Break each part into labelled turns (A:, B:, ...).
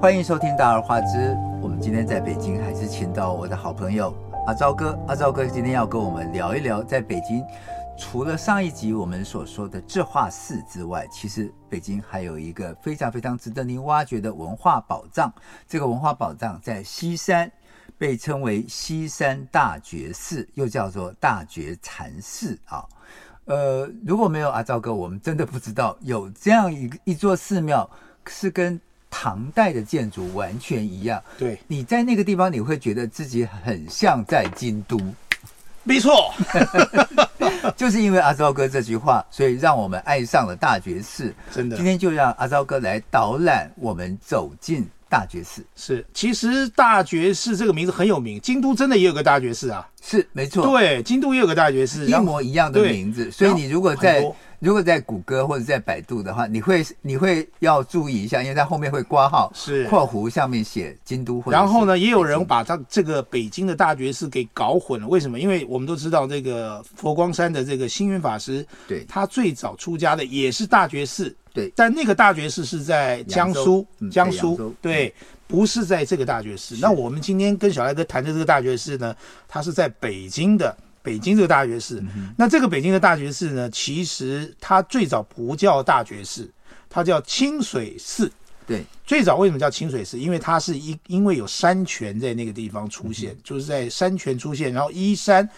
A: 欢迎收听《大而化之》。我们今天在北京还是请到我的好朋友阿昭哥。阿昭哥今天要跟我们聊一聊，在北京，除了上一集我们所说的智化寺之外，其实北京还有一个非常非常值得您挖掘的文化宝藏。这个文化宝藏在西山，被称为西山大觉寺，又叫做大觉禅寺啊。呃，如果没有阿昭哥，我们真的不知道有这样一个一座寺庙是跟唐代的建筑完全一样。
B: 对，
A: 你在那个地方，你会觉得自己很像在京 都，
B: 没错，
A: 就是因为阿昭哥这句话，所以让我们爱上了大觉寺。
B: 真的
A: 今天就让阿昭哥来导览我们走进大觉寺。
B: 是。其实大觉寺这个名字很有名，京都真的也有个大觉寺啊。
A: 是，没错。
B: 对，京都也有个大觉寺，
A: 一
B: 然后
A: 模一样的
B: 对
A: 名字，所以
B: 然后
A: 你如果
B: 很
A: 在
B: 多
A: 如果在谷歌或者在百度的话，你会你会要注意一下，因为它后面会挂号，
B: 是
A: 括弧上面写京都或者
B: 然后呢，
A: 是
B: 也有人
A: 北京
B: 把它这个北京的大觉寺给搞混了。为什么？因为我们都知道这个佛光山的这个星云法师，
A: 对
B: 他最早出家的也是大觉寺，
A: 对
B: 但那个大觉寺是在江苏
A: 扬州，嗯
B: 江
A: 对扬州嗯
B: 苏对，不是在这个大觉寺。那我们今天跟小赖哥谈的这个大觉寺呢，它是在北京的。北京这个大觉寺，
A: 嗯
B: 那这个北京的大觉寺呢，其实它最早不叫大觉寺，它叫清水寺。
A: 对
B: 最早为什么叫清水寺？因为它是一因为有山泉在那个地方出现，就是在山泉出现，然后依山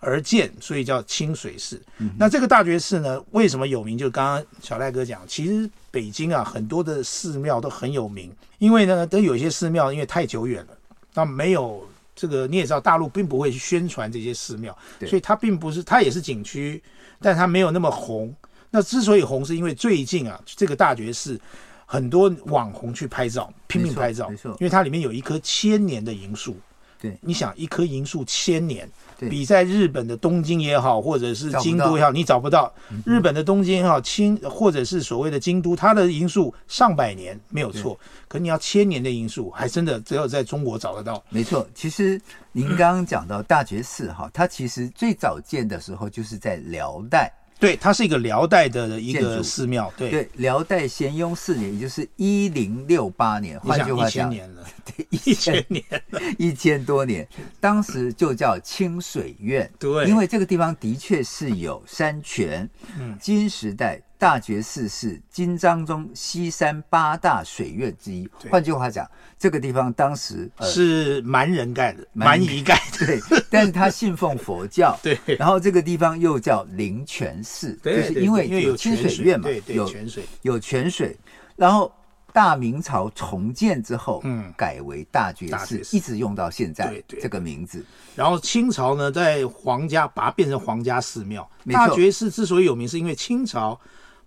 B: 而建，所以叫清水寺。
A: 嗯
B: 那这个大觉寺呢，为什么有名？就刚刚小赖哥讲，其实北京啊很多的寺庙都很有名，因为呢，都有一些寺庙因为太久远了，那没有。这个你也知道，大陆并不会去宣传这些寺庙，
A: 对
B: 所以它并不是，它也是景区，但它没有那么红。那之所以红，是因为最近啊，这个大觉寺很多网红去拍照，拼命拍照，
A: 没错没错
B: 因为它里面有一棵千年的银树。
A: 对
B: 你想一棵银树千年，
A: 对
B: 比在日本的东京也好，或者是
A: 找不嗯
B: 京都也好，你找不到。日本的东京也好，清或者是所谓的京都，它的银树上百年没有错，可你要千年的银树，还真的只有在中国找得到。
A: 没错。其实您刚刚讲到大觉寺哈，它其实最早建的时候就是在辽代，
B: 对，它是一个辽代的一
A: 建筑
B: 个寺庙，对，
A: 对，辽代咸雍四年，也就是一零六八年，
B: 你
A: 换句
B: 想一
A: 话
B: 千
A: 讲，
B: 年 了，
A: 一
B: 一千年，
A: 一千多年，当时就叫清水院。
B: 对
A: 因为这个地方的确是有山泉。
B: 嗯
A: 金时代大觉寺是金章宗西山八大水院之一。
B: 对
A: 换句话讲，这个地方当时、呃、
B: 是蛮人盖的，
A: 蛮
B: 蛮
A: 人
B: 夷盖的。
A: 对，但是他信奉佛教
B: 。对
A: 然后这个地方又叫灵泉寺，
B: 对
A: 就是
B: 对
A: 因为
B: 因为有
A: 清
B: 泉
A: 水院嘛，
B: 对对，
A: 有
B: 泉水。
A: 有泉水，然后大明朝重建之后，
B: 嗯
A: 改为大觉
B: 大
A: 寺
B: 觉，寺
A: 一直用到现在
B: 对对
A: 这个名字。
B: 然后清朝呢，在皇家把它变成皇家寺庙。
A: 没错
B: 大觉寺之所以有名，是因为清朝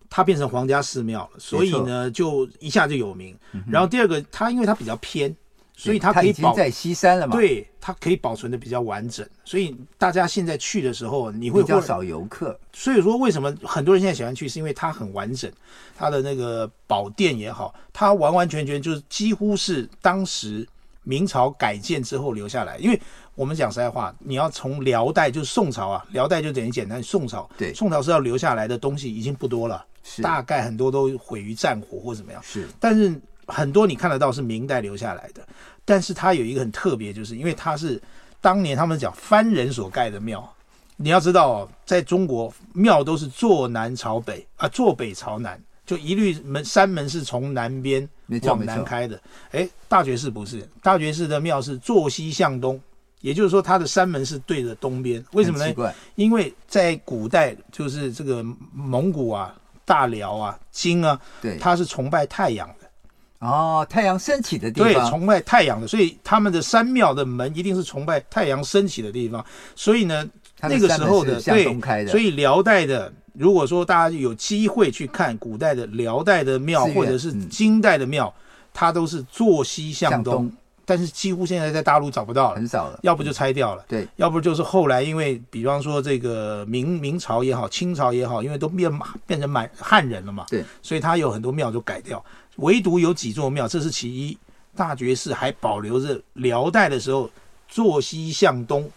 B: 它变成皇家寺庙了，所以呢就一下就有名。然后第二个，它因为它比较偏，所以它
A: 嗯它
B: 可以
A: 已经
B: 保
A: 在西山了嘛，，
B: 对它可以保存的比较完整。所以大家现在去的时候，你会
A: 比较
B: 忽然
A: 少游客。
B: 所以说，为什么很多人现在喜欢去，是因为它很完整，它的那个宝殿也好，它完完全全就是几乎是当时明朝改建之后留下来。因为我们讲实在话，你要从辽代，就是宋朝啊，辽代就等于简单宋朝，
A: 对
B: 宋朝是要留下来的东西已经不多了，
A: 是
B: 大概很多都毁于战火或怎么样。
A: 是
B: 但是很多你看得到是明代留下来的，但是它有一个很特别，就是因为它是当年他们讲番人所盖的庙。你要知道哦，在中国庙都是坐南朝北啊，坐北朝南，就一律门山门是从南边
A: 没错
B: 往
A: 没
B: 南
A: 错，
B: 开的。哎，大觉寺不是，大觉寺的庙是坐西向东，也就是说它的山门是对着东边。为什么
A: 很奇
B: 呢？
A: 怪，
B: 因为在古代就是这个蒙古啊、大辽啊、金啊，
A: 对，
B: 它是崇拜太阳的。
A: 哦，太阳升起的地
B: 对，
A: 方，
B: 崇拜太阳的，所以他们的山庙的门一定是崇拜太阳升起的地方。所以呢，
A: 它
B: 那个
A: 山
B: 时
A: 门
B: 候
A: 是
B: 的
A: 向东开
B: 对，
A: 的，
B: 所
A: 以
B: 以辽代的，如果说大家有机会去看古代的辽代的庙
A: 寺院
B: 或者是
A: 嗯
B: 金代的庙，它都是坐西
A: 向
B: 向东，但是几乎现在在大陆找不到了，
A: 很少了。
B: 要不就拆掉了。
A: 对，
B: 要不就是后来，因为比方说这个明明朝也好，清朝也好，因为都变满变成满汉人了嘛，
A: 对，
B: 所以他有很多庙就改掉，唯独有几座庙，这是其一。大觉寺还保留着辽代的时候坐西向东，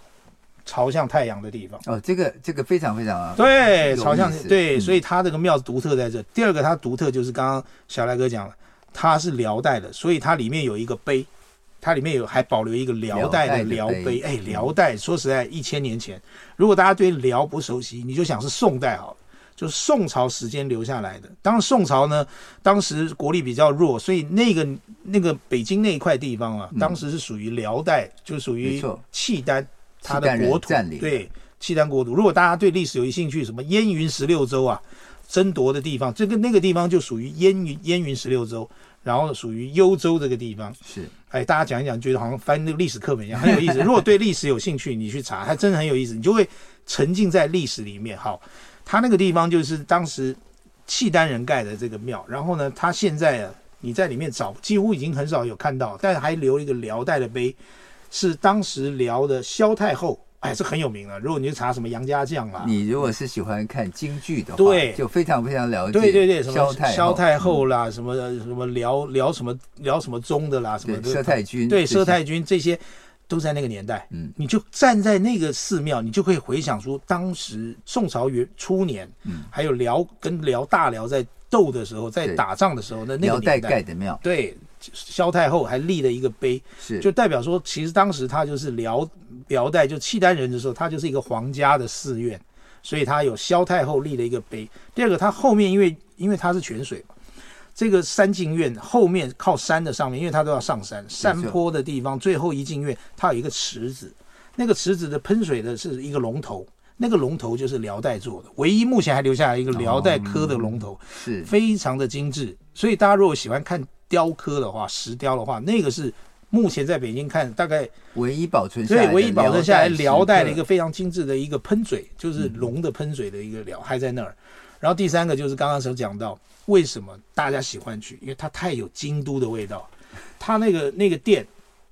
B: 朝向太阳的地方。
A: 哦，这个这个非常非常啊，
B: 对，
A: 有
B: 朝向
A: 意思
B: 对，
A: 嗯
B: 所以它这个庙独特在这。第二个，它独特就是刚刚小赖哥讲了，它是辽代的，所以它里面有一个碑，它里面有还保留一个辽代的
A: 辽
B: 辽
A: 代的碑嗯
B: 碑。哎，辽代说实在，一千年前，如果大家对辽不熟悉，你就想是宋代好了。就是宋朝时间留下来的。当然，宋朝呢，当时国力比较弱，所以那个那个北京那一块地方啊，当时是属于辽代，就
A: 嗯
B: 属
A: 没
B: 于
A: 错
B: 契丹它
A: 契丹
B: 的
A: 人
B: 国土
A: 占领，
B: 对契丹国土。如果大家对历史有兴趣，什么燕云十六州啊，争夺的地方，这个那个地方就属于燕云燕云十六州，然后属于幽州这个地方。
A: 是
B: 哎，大家讲一讲，觉得好像翻那个历史课本一样，很 有意思。如果对历史有兴趣，你去查，它真的很有意思，你就会沉浸在历史里面。好，它那个地方就是当时契丹人盖的这个庙，然后呢，它现在啊，你在里面找，几乎已经很少有看到，但还留一个辽代的碑，是当时辽的萧太后，哎，这很有名了。如果你去查什么杨家将啊，
A: 嗯你如果是喜欢看京剧的话，
B: 对
A: 就非常非常了解。
B: 对对对，什么
A: 萧太
B: 萧太
A: 后嗯
B: 后啦，什么什么辽辽什么辽什么宗的啦，什么
A: 对
B: 的。
A: 佘太君，
B: 对，
A: 这
B: 佘
A: 些
B: 太君这些都在那个年代，
A: 嗯
B: 你就站在那个寺庙，你就可以回想出当时宋朝元初年，
A: 嗯
B: 还有辽跟辽大辽在斗的时候，在
A: 对
B: 打仗的时候，那那
A: 辽
B: 个
A: 代
B: 年代
A: 盖，的庙
B: 对，萧太后还立了一个碑，
A: 是
B: 就代表说，其实当时他就是辽辽代就契丹人的时候，他就是一个皇家的寺院，所以他有萧太后立的一个碑。第二个，他后面因为因为它是泉水嘛，这个三进院后面靠山的上面，因为它都要上山，山坡的地方最后一进院，它有一个池子，那个池子的喷水的是一个龙头。那个龙头就是辽代做的，唯一目前还留下来一个辽代刻的龙头，
A: 是
B: 非常的精致。所以大家如果喜欢看雕刻的话，石雕的话，那个是目前在北京看大概
A: 唯一保存下
B: 所
A: 来
B: 以
A: 的
B: 唯一保存下来
A: 石
B: 辽代的
A: 刻
B: 一个非常精致的一个喷嘴，就是龙的喷嘴的一个辽还在那儿。然后第三个就是刚刚所讲到，为什么大家喜欢去？因为它太有京都的味道。它那个那个店，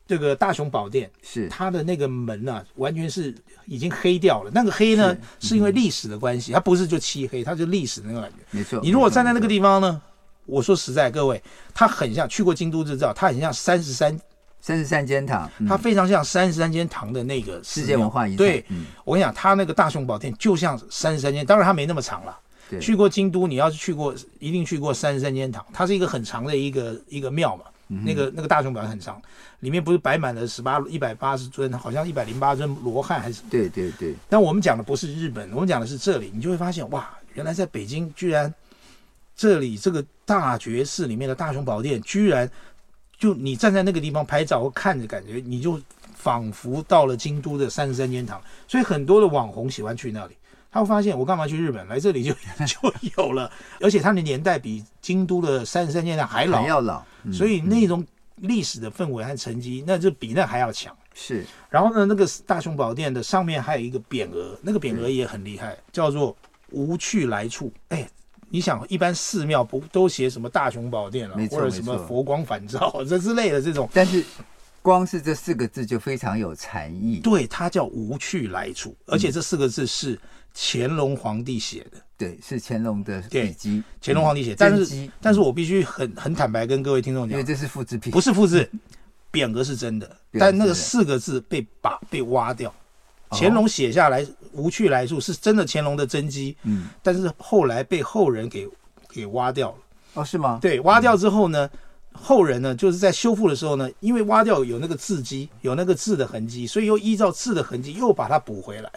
B: 这个大雄宝殿，
A: 是
B: 它的那个门啊，完全是已经黑掉了。那个黑呢，是因为历史的关系，它不是就漆黑，它就历史那个感觉。
A: 没错。
B: 你如果站在那个
A: 方，
B: 地方呢，我说实在，各位，它很像去过京都就知道，它很像三十三，
A: 三十三间堂，嗯
B: 它非常像三十三间堂的那个
A: 世
B: 寺
A: 界
B: 庙
A: 文化遗产，
B: 对
A: 嗯，
B: 我跟你讲，它那个大雄宝殿就像三十三间，当然它没那么长了。
A: 对
B: 去过京都，你要是去过，一定去过三十三间堂，它是一个很长的一个一个庙嘛。
A: 嗯
B: 那个那个大雄宝殿很长，里面不是摆满了十八一百八十尊，好像一百零八尊罗汉还是
A: 对对对，
B: 但我们讲的不是日本，我们讲的是这里，你就会发现哇，原来在北京居然这里这个大觉寺里面的大雄宝殿，居然就你站在那个地方拍照或看着，感觉你就仿佛到了京都的三十三间堂，所以很多的网红喜欢去那里。他会发现我干嘛去日本，来这里就 就有了，而且它的年代比京都的三十三间堂还老
A: 还，要老，嗯
B: 所以那种历史的氛围和沉积，那就比那还要强。
A: 是
B: 然后呢，那个大雄宝殿的上面还有一个匾额，那个匾
A: 嗯
B: 额也很厉害，叫做“无去来处”。哎，你想，一般寺庙不都写什么大雄宝殿了、
A: 没错
B: 或者什么
A: 没错
B: 佛光返照 这之类的这种？
A: 但是光是这四个字就非常有禅意。
B: 对，它叫“无去来处”，
A: 嗯
B: 而且这四个字是乾隆皇帝写的。
A: 对，是乾隆的
B: 对
A: 笔记，
B: 乾隆皇帝写，
A: 嗯
B: 但
A: 真
B: 是
A: 迹
B: 但是我必须很很坦白跟各位听众
A: 因
B: 讲
A: 为，这是复制品，
B: 不
A: 是
B: 是复制，匾额是真的，
A: 匾额
B: 但那个
A: 是哦
B: 四个字被拔被挖掉。乾隆写下来“无去来处”是真的乾隆的真迹，
A: 嗯，
B: 但是后来被后人给给挖掉了。
A: 哦，是吗？
B: 对，挖掉之后呢，后人呢就是在修复的时候呢，因为挖掉有那个字迹，有那个字的痕迹，所以又依照字的痕迹又把它补回来。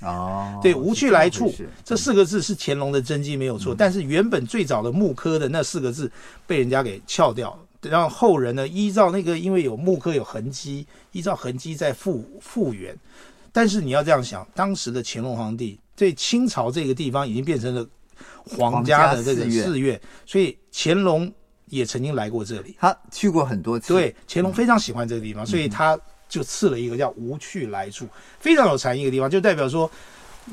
A: 哦，
B: 对，
A: 是嗯
B: 无去
A: 这么
B: 来
A: 回
B: 处
A: 事
B: 这四个字是乾隆的真迹没有错，但是原本最早的木刻的那四个字被人家给撬掉了。让后人呢依照那个，因为有木刻有痕迹，依照痕迹再复复原。但是你要这样想，当时的乾隆皇帝对清朝这个地方已经变成了皇家的这个
A: 皇家寺院
B: 寺院，所以乾隆也曾经来过这里。
A: 他去过很多次，，
B: 对，乾隆非常喜欢这个
A: 嗯
B: 地方，所以他就赐了一个叫“无去来处”，非常有禅意的地方，就代表说，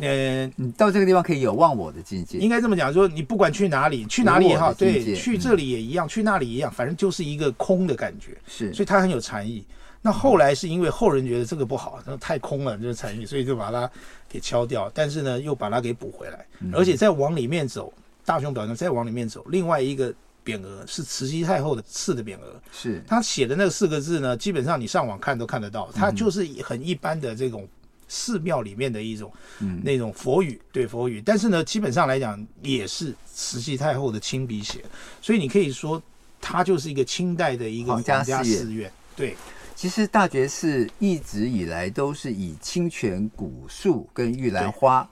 B: 呃，
A: 你到这个地方可以有忘我的境界
B: 应，该这么讲，说你不管去哪里，去哪里也
A: 无
B: 好，
A: 我的境
B: 对，
A: 界嗯
B: 去这里也一样，去那里一样，反正就是一个空的感觉，
A: 是
B: 所以它很有禅意。那后来是因为后人觉得这个不好，那太空了，这个禅意，所以就把它给敲掉，但是呢，又把它给补回来，
A: 嗯
B: 而且再往里面走，大雄宝殿再往里面走，另外一个匾额是慈禧太后的赐的匾额，
A: 是
B: 他写的那四个字呢，基本上你上网看都看得到，它就是很一般的这种寺庙里面的一种、嗯那种佛语，对佛语。但是呢，基本上来讲也是慈禧太后的亲笔写，所以你可以说它就是一个清代的一个
A: 皇
B: 皇
A: 家
B: 家
A: 寺院
B: 寺院。对，
A: 其实大觉寺一直以来都是以清泉古树跟玉兰花，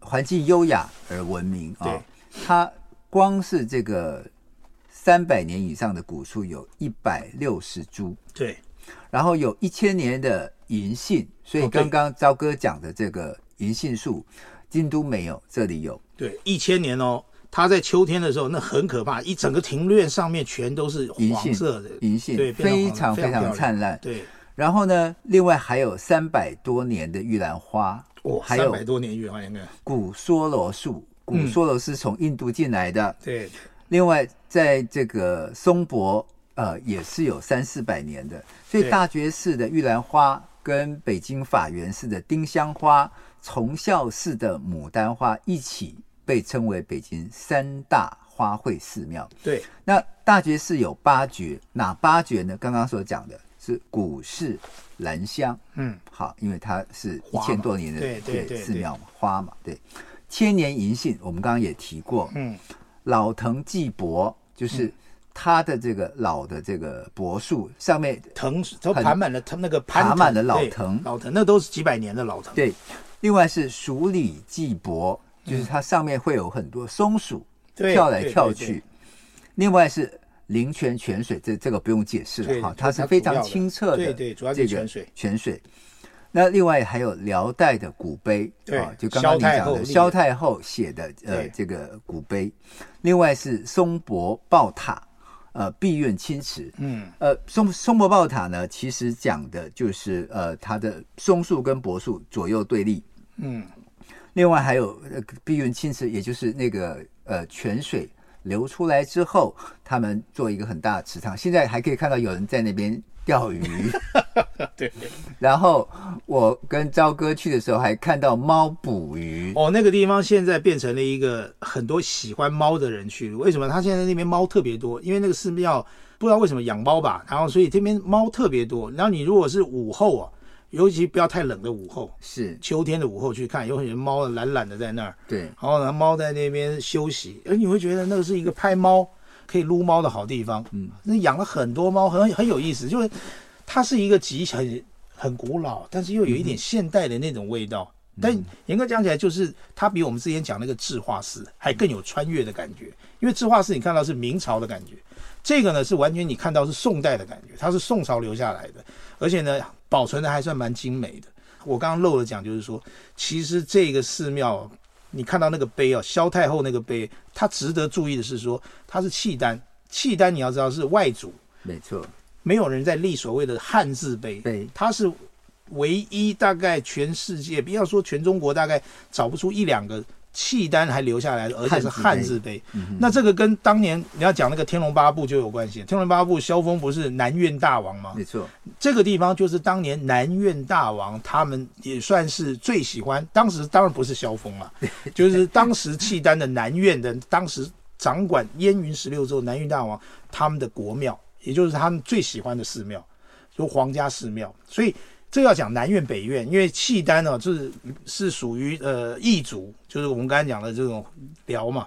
A: 环境优雅而闻名啊、
B: 对
A: 它光是这个三百年以上的古树有一百六十株，
B: 对，
A: 然后有一千年的银杏，所以
B: 哦对
A: 刚刚朝哥讲的这个银杏树，京都没有，这里有。
B: 对，一千年哦，它在秋天的时候那很可怕，一整个庭院上面全都是
A: 银
B: 黄色的
A: 杏，，银杏
B: 对，变成
A: 非
B: 黄
A: 常
B: 非
A: 非常
B: 漂亮
A: 灿烂。
B: 对，
A: 然后呢，另外还有三百多年的玉兰花，
B: 哇，
A: 还
B: 三
A: 有
B: 百多年月华应该，
A: 古梭罗树，古梭罗是从印度进来的。
B: 对，
A: 另外，在这个松柏，呃，也是有三四百年的。所以
B: 对
A: 大觉寺的玉兰花跟北京法源寺的丁香花、崇孝寺的牡丹花一起被称为北京三大花卉寺庙。
B: 对，
A: 那大觉寺有八绝，哪八绝呢？刚刚所讲的是古寺兰香，
B: 嗯，
A: 好，因为它是一
B: 花嘛
A: 千多年的
B: 对对对
A: 寺
B: 对
A: 庙嘛，花嘛，对。千年银杏，我们刚刚也提过，
B: 嗯，
A: 老藤纪柏就是它的这个老的这个柏树上面，
B: 藤都
A: 很
B: 盘满了藤那个攀
A: 爬满了
B: 藤
A: 老
B: 对
A: 藤
B: 老藤那都是几百年的老藤，
A: 对，另外是鼠李纪柏，就是
B: 嗯
A: 它上面会有很多松鼠
B: 对
A: 跳来
B: 对
A: 跳
B: 对
A: 去，
B: 对
A: 另外是。灵泉泉水，这这个不用解释了
B: 对
A: 哈，
B: 这
A: 它
B: 是
A: 是
B: 它
A: 非
B: 主
A: 常
B: 要的
A: 清澈的，
B: 对对主要是泉水。
A: 泉水，那另外还有辽代的古碑，
B: 对
A: 啊，就刚刚你
B: 萧太
A: 讲
B: 后
A: 的
B: 立的
A: 萧太后写的呃
B: 对
A: 这个古碑，另外是松柏抱塔，呃碧苑清池，
B: 嗯，
A: 呃松松柏抱塔呢，其实讲的就是呃它的松树跟柏树左右对立，
B: 嗯，
A: 另外还有呃碧云清池，也就是那个呃泉水流出来之后，他们做一个很大的池塘。现在还可以看到有人在那边钓鱼。 嗯
B: 对。
A: 然后我跟朝哥去的时候，还看到猫捕鱼。
B: 哦，那个地方现在变成了一个很多喜欢猫的人去。为什么？他现在那边猫特别多，因为那个寺庙不知道为什么养猫吧，然后所以这边猫特别多。然后你如果是午后啊，尤其不要太冷的午后，
A: 是
B: 秋天的午后去看，有很多猫懒懒的在那儿，
A: 对，
B: 然后呢，猫在那边休息，而你会觉得那个是一个拍猫可以撸猫的好地方。嗯，那养了很多猫，很很有意思，就是它是一个极很很古老，但是又有一点现代的那种味道。但严格讲起来，就是它比我们之前讲那个智化寺还更有穿越的感觉，因为智化寺你看到是明朝的感觉，这个呢是完全你看到是宋代的感觉，它是宋朝留下来的，而且呢保存的还算蛮精美的。我刚刚漏了讲，就是说，其实这个寺庙，你看到那个碑啊，萧太后那个碑，它值得注意的是说，它是契丹，契丹你要知道是外族，
A: 没错，
B: 没有人在立所谓的汉字碑，
A: 对
B: 它是唯一大概全世界，不要说全中国，大概找不出一两个契丹还留下来的，而且是汉字嗯碑。那这个跟当年你要讲那个《天龙八部》就有关系，《天龙八部》萧峰不是南院大王吗？
A: 没错，
B: 这个地方就是当年南院大王他们也算是最喜欢，当时当然不是萧峰了，就是当时契丹的南院的，当时掌管燕云十六州南院大王他们的国庙，也就是他们最喜欢的寺庙，就皇家寺庙。所以这要讲南院北院，因为契丹呢、就是是属于呃异族，就是我们刚才讲的这种辽嘛，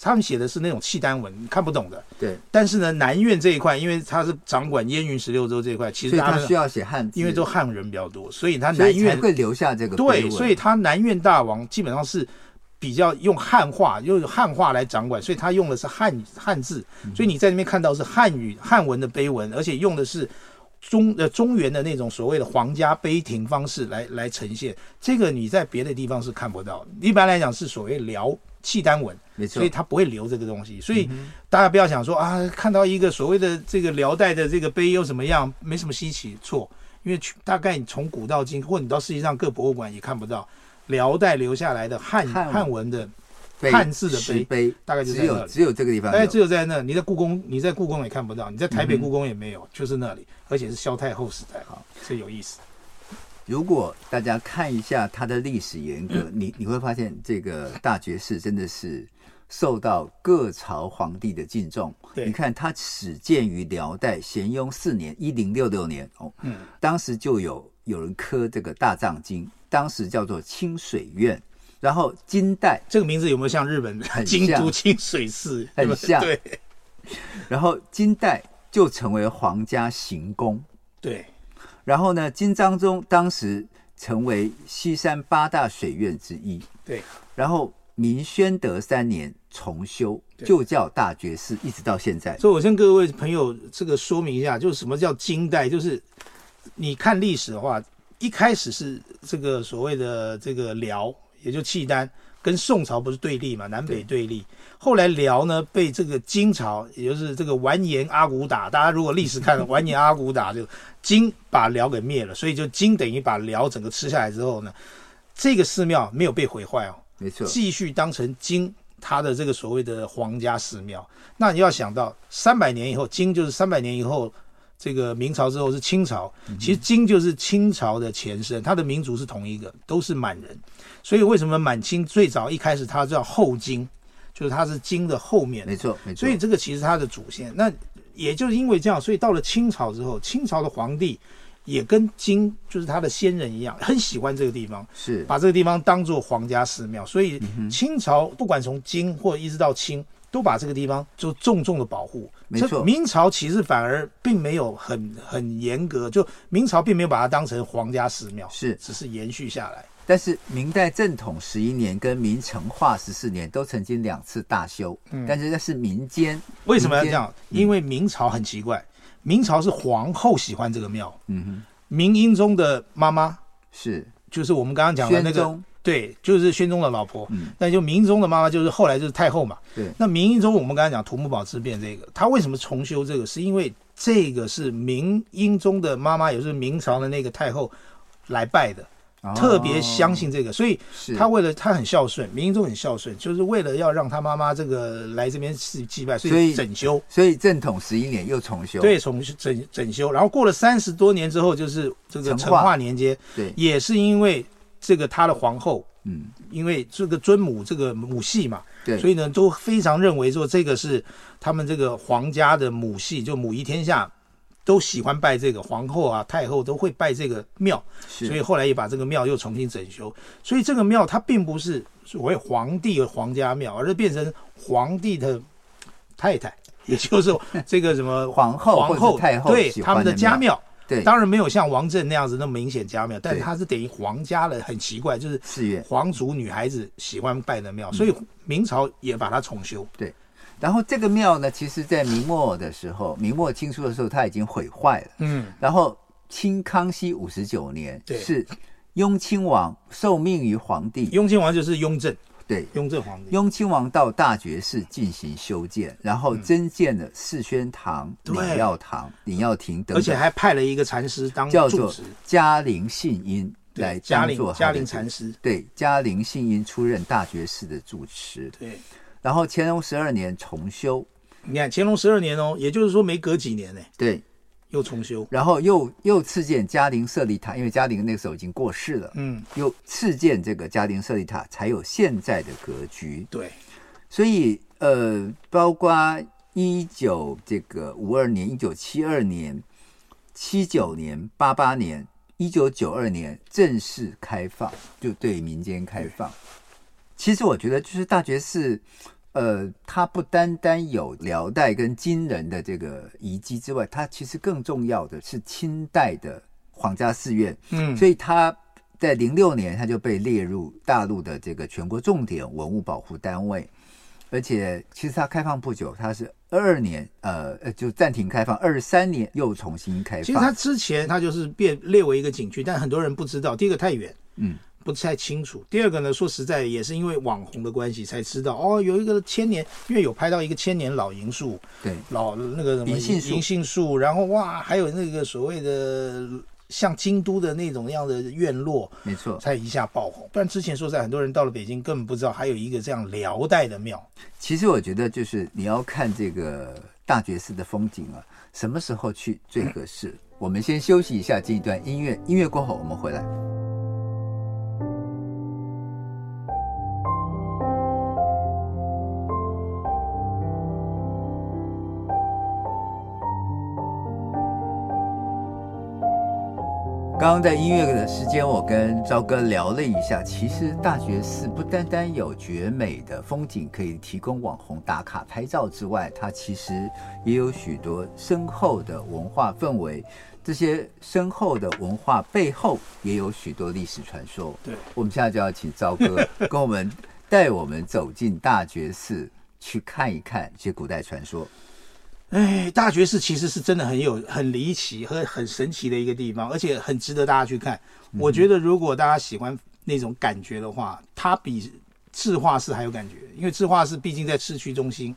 B: 他们写的是那种契丹文，你看不懂的。
A: 对，
B: 但是呢，南院这一块，因为它是掌管燕云十六州这一块，其
A: 所
B: 实
A: 以
B: 他
A: 他
B: 们
A: 需要写汉字，
B: 因为都汉人比较多，所以他
A: 所
B: 南
A: 以才
B: 院
A: 会留下这个碑
B: 对，
A: 文
B: 所以他南院大王基本上是比较用汉化，用汉化来掌管，所以他用的是汉汉字，
A: 嗯
B: 所以你在那边看到是汉语汉文的碑文，而且用的是中呃中原的那种所谓的皇家碑亭方式来来呈现，这个你在别的地方是看不到的。一般来讲是所谓辽契丹文，
A: 没错
B: 所以，他不会留这个东西。所以大家不要想说啊，看到一个所谓的这个辽代的这个碑又怎么样，没什么稀奇。错，因为去大概你从古到今，或者你到世界上各博物馆也看不到辽代留下来的汉
A: 汉文
B: 汉文的，
A: 碑
B: 汉字的碑
A: 石碑
B: 大概就在
A: 只
B: 那
A: 有
B: 里
A: 只有这个地
B: 大
A: 方
B: 概
A: 有
B: 只有在那。你在故宫，你在故宫也看不到，你在台北故宫也没有，就是那里，而且是萧太后时代
A: 好，
B: 所以有意思。
A: 如果大家看一下它的历史沿 革，你你会发现这个大觉寺真的是受到各朝皇帝的敬重。
B: 对
A: 你看它始建于辽代咸雍四年（一零六六年）哦，
B: 嗯，
A: 当时就有有人刻这个大藏经，当时叫做清水院，然后金代
B: 这个名字有没有像日本的
A: 很像
B: 京都清水寺？
A: 很像
B: 对，
A: 然后金代就成为皇家行宫，
B: 对，
A: 然后呢，金章宗当时成为西山八大水院之一，
B: 对，
A: 然后明宣德三年重修，
B: 对
A: 就叫大觉寺，一直到现在。
B: 所以我跟各位朋友这个说明一下，就是什么叫金代，就是你看历史的话，一开始是这个所谓的这个辽，也就契丹。跟宋朝不是对立嘛，南北对立。后来辽呢被这个金朝，也就是这个完颜阿骨打，大家如果历史看了，完颜阿骨打就金把辽给灭了，所以就金等于把辽整个吃下来之后呢，这个寺庙没有被毁坏哦，
A: 没错，
B: 继续当成金它的这个所谓的皇家寺庙。那你要想到三百年以后，金就是三百年以后，这个明朝之后是清朝，
A: 嗯
B: 其实金就是清朝的前身，它的民族是同一个，都是满人。所以为什么满清最早一开始它叫后金，就是它是金的后面，
A: 没错，没错。
B: 所以这个其实它的祖先。那也就是因为这样，所以到了清朝之后，清朝的皇帝。也跟金就是他的先人一样，很喜欢这个地方，
A: 是
B: 把这个地方当做皇家寺庙，所
A: 嗯
B: 以清朝不管从金或一直到清，都把这个地方就重重的保护。
A: 没错
B: 这明朝其实反而并没有很很严格，就明朝并没有把它当成皇家寺庙，
A: 是，
B: 只是延续下来。
A: 但是明代正统十一年跟明成化十四年都曾经两次大修，
B: 嗯
A: 但是那是民间。嗯
B: 为什么要这
A: 民间？
B: 样？因为明朝很奇怪，明朝是皇后喜欢这个庙，
A: 嗯哼，
B: 明英宗的妈妈
A: 是
B: 就是我们刚刚讲的那
A: 宣
B: 个
A: 宗，
B: 对，就是宣宗的老婆，
A: 嗯
B: 那就明宗的妈妈就是后来就是太后嘛。
A: 对
B: 那明英宗我们刚才讲土木堡之变这个，他为什么重修这个？是因为这个是明英宗的妈妈，也就是明朝的那个太后来拜的，
A: 哦
B: 特别相信这个，所以
A: 是
B: 他为了他很孝顺，明英宗很孝顺，就是为了要让他妈妈这个来这边祭祭拜，所
A: 所
B: 以
A: 以
B: 整修。
A: 所以正统十一年又重修。
B: 对，重整整修，然后过了三十多年之后，就是这个
A: 成
B: 成
A: 化
B: 化年间，
A: 对，
B: 也是因为这个他的皇后
A: 嗯，
B: 因为这个尊母这个母系嘛，
A: 对，
B: 所
A: 以
B: 以呢都非常认为说这个是他们这个皇家的母系，就母仪天下，都喜欢拜这个皇后啊、太后都会拜这个庙，
A: 是
B: 所以后来也把这个庙又重新整修。所以这个庙它并不是所谓皇帝和皇家庙，而是变成皇帝的太太，也就是这个什么
A: 皇后
B: 皇
A: 或者
B: 后
A: 是太后
B: 对
A: 喜
B: 他们
A: 欢
B: 的
A: 的
B: 家
A: 庙
B: 庙。
A: 对
B: 当然没有像王振那样子那么明显家庙，但
A: 对
B: 它是等于皇家了，很奇怪，就是
A: 寺院。
B: 皇族女孩子喜欢拜的
A: 嗯
B: 庙，所以明朝也把它重修。
A: 然后这个庙呢，其实在明末的时候，明末清初的时候，它已经毁坏了。
B: 嗯，
A: 然后清康熙五十九年
B: 对
A: 是雍亲王受命于皇帝，
B: 雍亲王就是雍正，
A: 对，
B: 雍正皇帝。
A: 雍亲王到大觉寺进行修建，然后增建了四宣堂、
B: 嗯对
A: 领药堂、领药亭等等，
B: 而且还派了一个禅师当
A: 叫
B: 住
A: 做
B: 持，
A: 嘉陵信因
B: 对
A: 来
B: 嘉
A: 当
B: 陵
A: 做
B: 嘉
A: 他的
B: 陵
A: 主
B: 禅师。
A: 对嘉陵信因出任大觉寺的住持，
B: 对，
A: 然后乾隆十二年重修，
B: 你看乾隆十二年哦，也就是说没隔几年呢，
A: 对，
B: 又重修。
A: 然后又又赐建嘉陵舍利塔，因为嘉陵那个时候已经过世了，
B: 嗯，
A: 又赐建这个嘉陵舍利塔，才有现在的格局。
B: 对，
A: 所以呃，包括一九这个五二年、一九七二年、七九年、八八年、一九九二年正式开放，就对民间开放。其实我觉得，就是大觉寺，呃，它不单单有辽代跟金人的这个遗迹之外，它其实更重要的是清代的皇家寺院，
B: 嗯，
A: 所以它在零六年，它就被列入大陆的这个全国重点文物保护单位，而且其实它开放不久，它是二二年，呃呃，就暂停开放，二三年又重新开
B: 其实它
A: 放，
B: 之前它就是变列为一个景区，但很多人不知道，第一个太远，
A: 嗯，
B: 不太清楚。第二个呢，说实在也是因为网红的关系才知道，哦，有一个千年，因为有拍到一个千年老银树，
A: 对，
B: 老那个什么
A: 银杏树
B: 银杏树，然后哇，还有那个所谓的像京都的那种样的院落，
A: 没错。
B: 才一下爆红。不然之前说实在，很多人到了北京根本不知道还有一个这样辽代的庙。
A: 其实我觉得就是你要看这个大觉寺的风景啊，什么时候去最合适？我们先休息一下，进一段音乐，音乐过后我们回来。刚刚在音乐的时间，我跟朝哥聊了一下，其实大觉寺不单单有绝美的风景可以提供网红打卡拍照之外，它其实也有许多深厚的文化氛围。这些深厚的文化背后，也有许多历史传说。
B: 对，
A: 我们现在就要请朝哥跟我们带我们走进大觉寺，去看一看这些古代传说。
B: 哎，大觉寺其实是真的很有很离奇和很神奇的一个地方，而且很值得大家去看。我觉得如果大家喜欢那种感觉的话，它比智化寺还有感觉，因为智化寺毕竟在市区中心，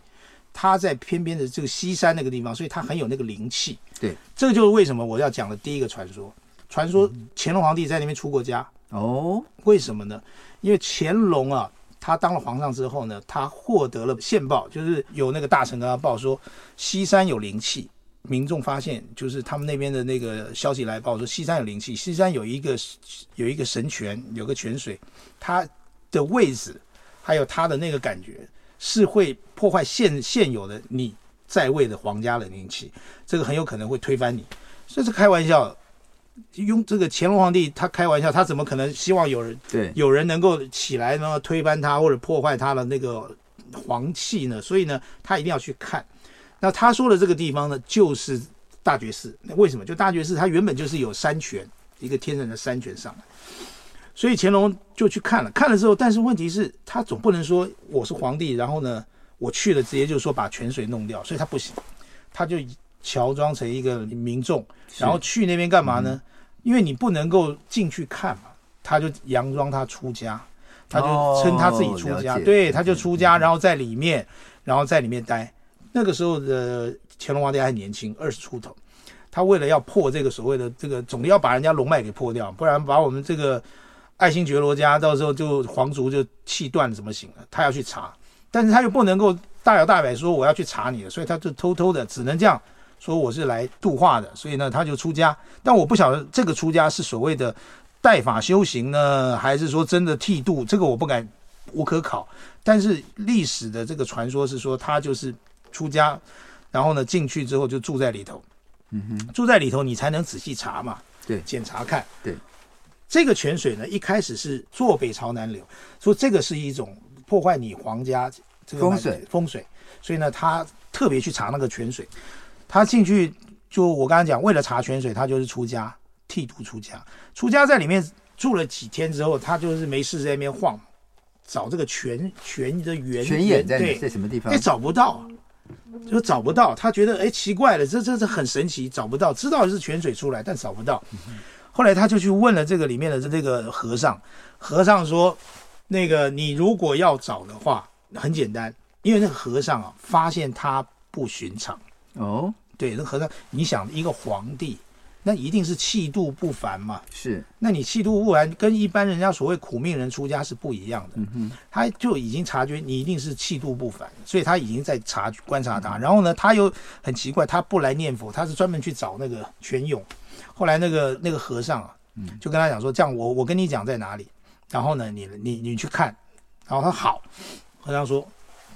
B: 它在偏边的这个西山那个地方，所以它很有那个灵气。
A: 对，
B: 这个就是为什么我要讲的第一个传说。传说乾隆皇帝在那边出过家，
A: 哦，
B: 为什么呢？因为乾隆啊，他当了皇上之后呢，他获得了线报，就是有那个大臣跟他报说，西山有灵气。民众发现，就是他们那边的那个消息来报说，西山有灵气，西山有一个有一个神泉，有个泉水，它的位置还有它的那个感觉，是会破坏现现有的你在位的皇家的灵气，这个很有可能会推翻你。这是开玩笑的，用这个乾隆皇帝他开玩笑，他怎么可能希望有人
A: 对，
B: 有人能够起来呢推翻他或者破坏他的那个皇气呢，所以呢，他一定要去看。那他说的这个地方呢，就是大觉寺。那为什么？就大觉寺，它原本就是有山泉，一个天然的山泉上来，所以乾隆就去看了。看了之后，但是问题是，他总不能说我是皇帝，然后呢，我去了直接就说把泉水弄掉，所以他不行，他就乔装成一个民众，
A: 是
B: 然后去那边干嘛呢？因为你不能够进去看嘛，他就佯装他出家，他就称他自己出家，
A: 哦了解
B: 对，他就出家，然后在里面，然后在里面待。那个时候的乾隆皇帝还很年轻，二十出头，他为了要破这个所谓的这个，总要把人家龙脉给破掉，不然把我们这个爱新觉罗家到时候就皇族就气断了怎么行啊？他要去查，但是他又不能够大摇大摆说我要去查你的，所以他就偷偷的，只能这样说我是来度化的，所以呢他就出家。但我不晓得这个出家是所谓的带法修行呢，还是说真的剃度，这个我不敢无可考。但是历史的这个传说是说他就是出家，然后呢进去之后就住在里头，
A: 嗯哼，
B: 住在里头你才能仔细查嘛，
A: 对
B: 检查看。
A: 对，
B: 这个泉水呢，一开始是坐北朝南流，说这个是一种破坏你皇家这个
A: 风水
B: 风水，所以呢，他特别去查那个泉水。他进去就我刚才讲，为了查泉水，他就是出家剃度出家，出家在里面住了几天之后，他就是没事在那边晃，找这个泉泉的源
A: 泉眼在
B: 对
A: 在什么地方
B: 哎，？找不到，就找不到。他觉得哎奇怪了，这这这很神奇，找不到，知道是泉水出来，但找不到。
A: 嗯
B: 后来他就去问了这个里面的这个和尚，和尚说，那个你如果要找的话，很简单，因为那个和尚啊，发现他不寻常。
A: 哦，
B: 对，那和尚，你想一个皇帝，那一定是气度不凡嘛。
A: 是，
B: 那你气度不凡，跟一般人家所谓苦命人出家是不一样的。
A: 嗯哼，
B: 他就已经察觉你一定是气度不凡，所以他已经在察观察他。然后呢，他又很奇怪，他不来念佛，他是专门去找那个泉涌。后来那个那个和尚啊，
A: 嗯
B: 就跟他讲说，这样我我跟你讲在哪里，然后呢，你你你去看。然后他好，和尚说，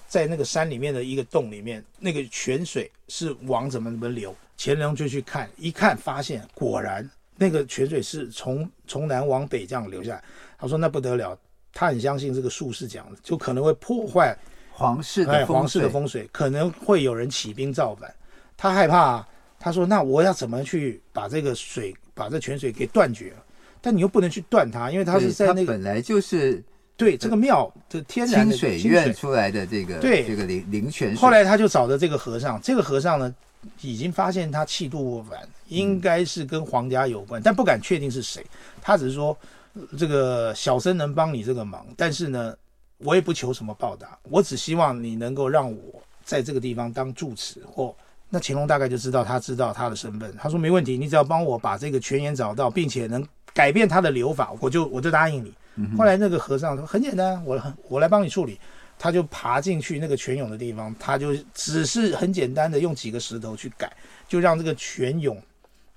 B: 在那个山里面的一个洞里面，那个泉水是往怎么怎么流。乾隆就去看，一看发现果然那个泉水是从从南往北这样流下来。他说那不得了，他很相信这个术士讲的，就可能会破坏
A: 皇室
B: 哎
A: 的
B: 皇
A: 风
B: 室
A: 水，
B: 的风水，可能会有人起兵造反。他害怕、啊，他说那我要怎么去把这个水把这泉水给断绝？但你又不能去断它，因为它
A: 对
B: 是在
A: 它
B: 那个
A: 本来就是
B: 对这个庙的天然
A: 清
B: 的
A: 水
B: 清
A: 院出来的这个
B: 对
A: 这个灵灵泉水。
B: 后来他就找的这个和尚，这个和尚呢，已经发现他气度不凡，应该是跟皇家有关，但不敢确定是谁。他只是说，呃这个小僧能帮你这个忙，但是呢，我也不求什么报答，我只希望你能够让我在这个地方当住持或。那乾隆大概就知道他知道他的身份，他说没问题，你只要帮我把这个泉眼找到，并且能改变他的流法，我就我就答应你。
A: 嗯
B: 后来那个和尚说很简单，我我来帮你处理。他就爬进去那个泉涌的地方，他就只是很简单的用几个石头去改，就让这个泉涌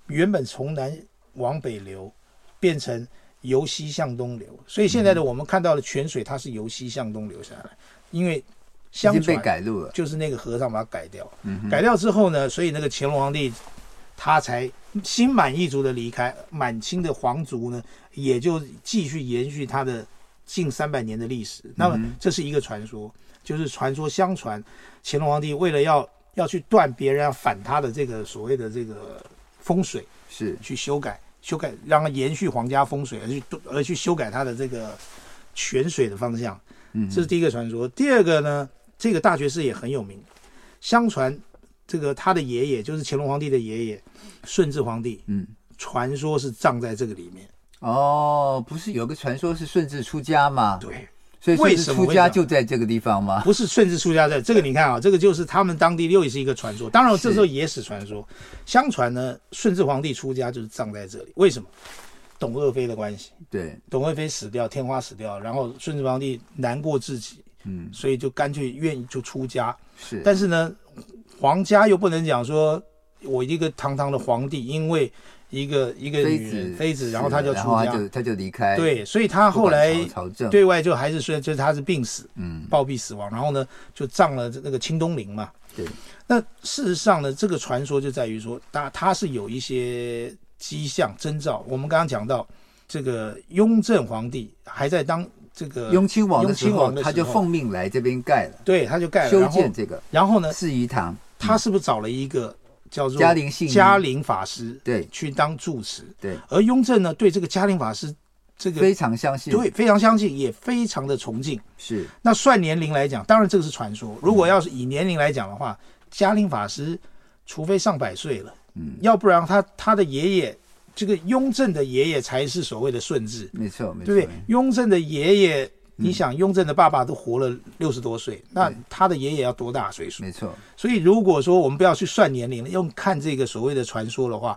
B: 原本从南往北流，变成由西向东流。所以现
A: 嗯
B: 在的我们看到的泉水，它是由西向东流下来，因为
A: 已
B: 相
A: 经被
B: 传
A: 改路了，
B: 就是那个和尚把它改掉。改掉之后呢，所以那个乾隆皇帝他才心满意足的离开。满清的皇族呢，也就继续延续他的近三百年的历史。那么这是一个传说，就是传说相传乾隆皇帝为了要要去断别人要啊反他的这个所谓的这个风水，
A: 是
B: 去修改修改，让它延续皇家风水，而去而去修改它的这个泉水的方向。
A: 嗯
B: 这是第一个传说。第二个呢，这个大学士也很有名，相传这个他的爷爷就是乾隆皇帝的爷爷顺治皇帝，
A: 嗯，
B: 传说是葬在这个里面。
A: 哦，不是有个传说是顺治出家吗？
B: 对，
A: 所以顺
B: 为
A: 治
B: 什么
A: 出
B: 会这
A: 家
B: 样
A: 就在这个地方吗？
B: 不是顺治出家在这个，你看啊，这个就是他们当地又是一个传说。当然，这时候野史传说，相传呢，顺治皇帝出家就是葬在这里。为什么？董鄂妃的关系，
A: 对，
B: 董鄂妃死掉，天花死掉，然后顺治皇帝难过至极，
A: 嗯，
B: 所以就干脆愿意就出家。
A: 是，
B: 但是呢，皇家又不能讲说，我一个堂堂的皇帝，因为一个一个
A: 妃
B: 女
A: 子
B: 人妃子，然后
A: 是
B: 他就
A: 然
B: 出
A: 后他
B: 家，
A: 就他就离开，，
B: 对，所以他后来
A: 朝政，
B: 对外就还是说，就是他是病死，
A: 嗯，
B: 暴毙死亡，然后呢就葬了这那个清东陵嘛。
A: 对，
B: 那事实上呢，这个传说就在于说，他他是有一些迹象征兆。我们刚刚讲到，这个雍正皇帝还在当这个
A: 雍亲王的
B: 雍
A: 时
B: 亲
A: 候
B: 王的时候
A: 他就奉命来这边盖了，
B: 对，他就盖了，
A: 修
B: 然后
A: 建这个
B: 然后呢，
A: 四仪堂，
B: 他是不是找了一个叫做
A: 嘉陵信
B: 嘉陵法师
A: 对
B: 去当住持？
A: 对，
B: 而雍正呢，对这个嘉陵法师这个
A: 非常相信，
B: 对非常相信，也非常的崇敬。
A: 是
B: 那算年龄来讲，当然这个是传说。
A: 嗯
B: 如果要是以年龄来讲的话，嘉陵法师除非上百岁了，
A: 嗯，
B: 要不然他他的爷爷这个雍正的爷爷才是所谓的顺治，
A: 没错没错，嗯
B: 对不对？雍正的爷爷。你想，雍正的爸爸都活了六十多岁，那他的爷爷要多大岁数？
A: 没错，
B: 所以，如果说我们不要去算年龄，用看这个所谓的传说的话，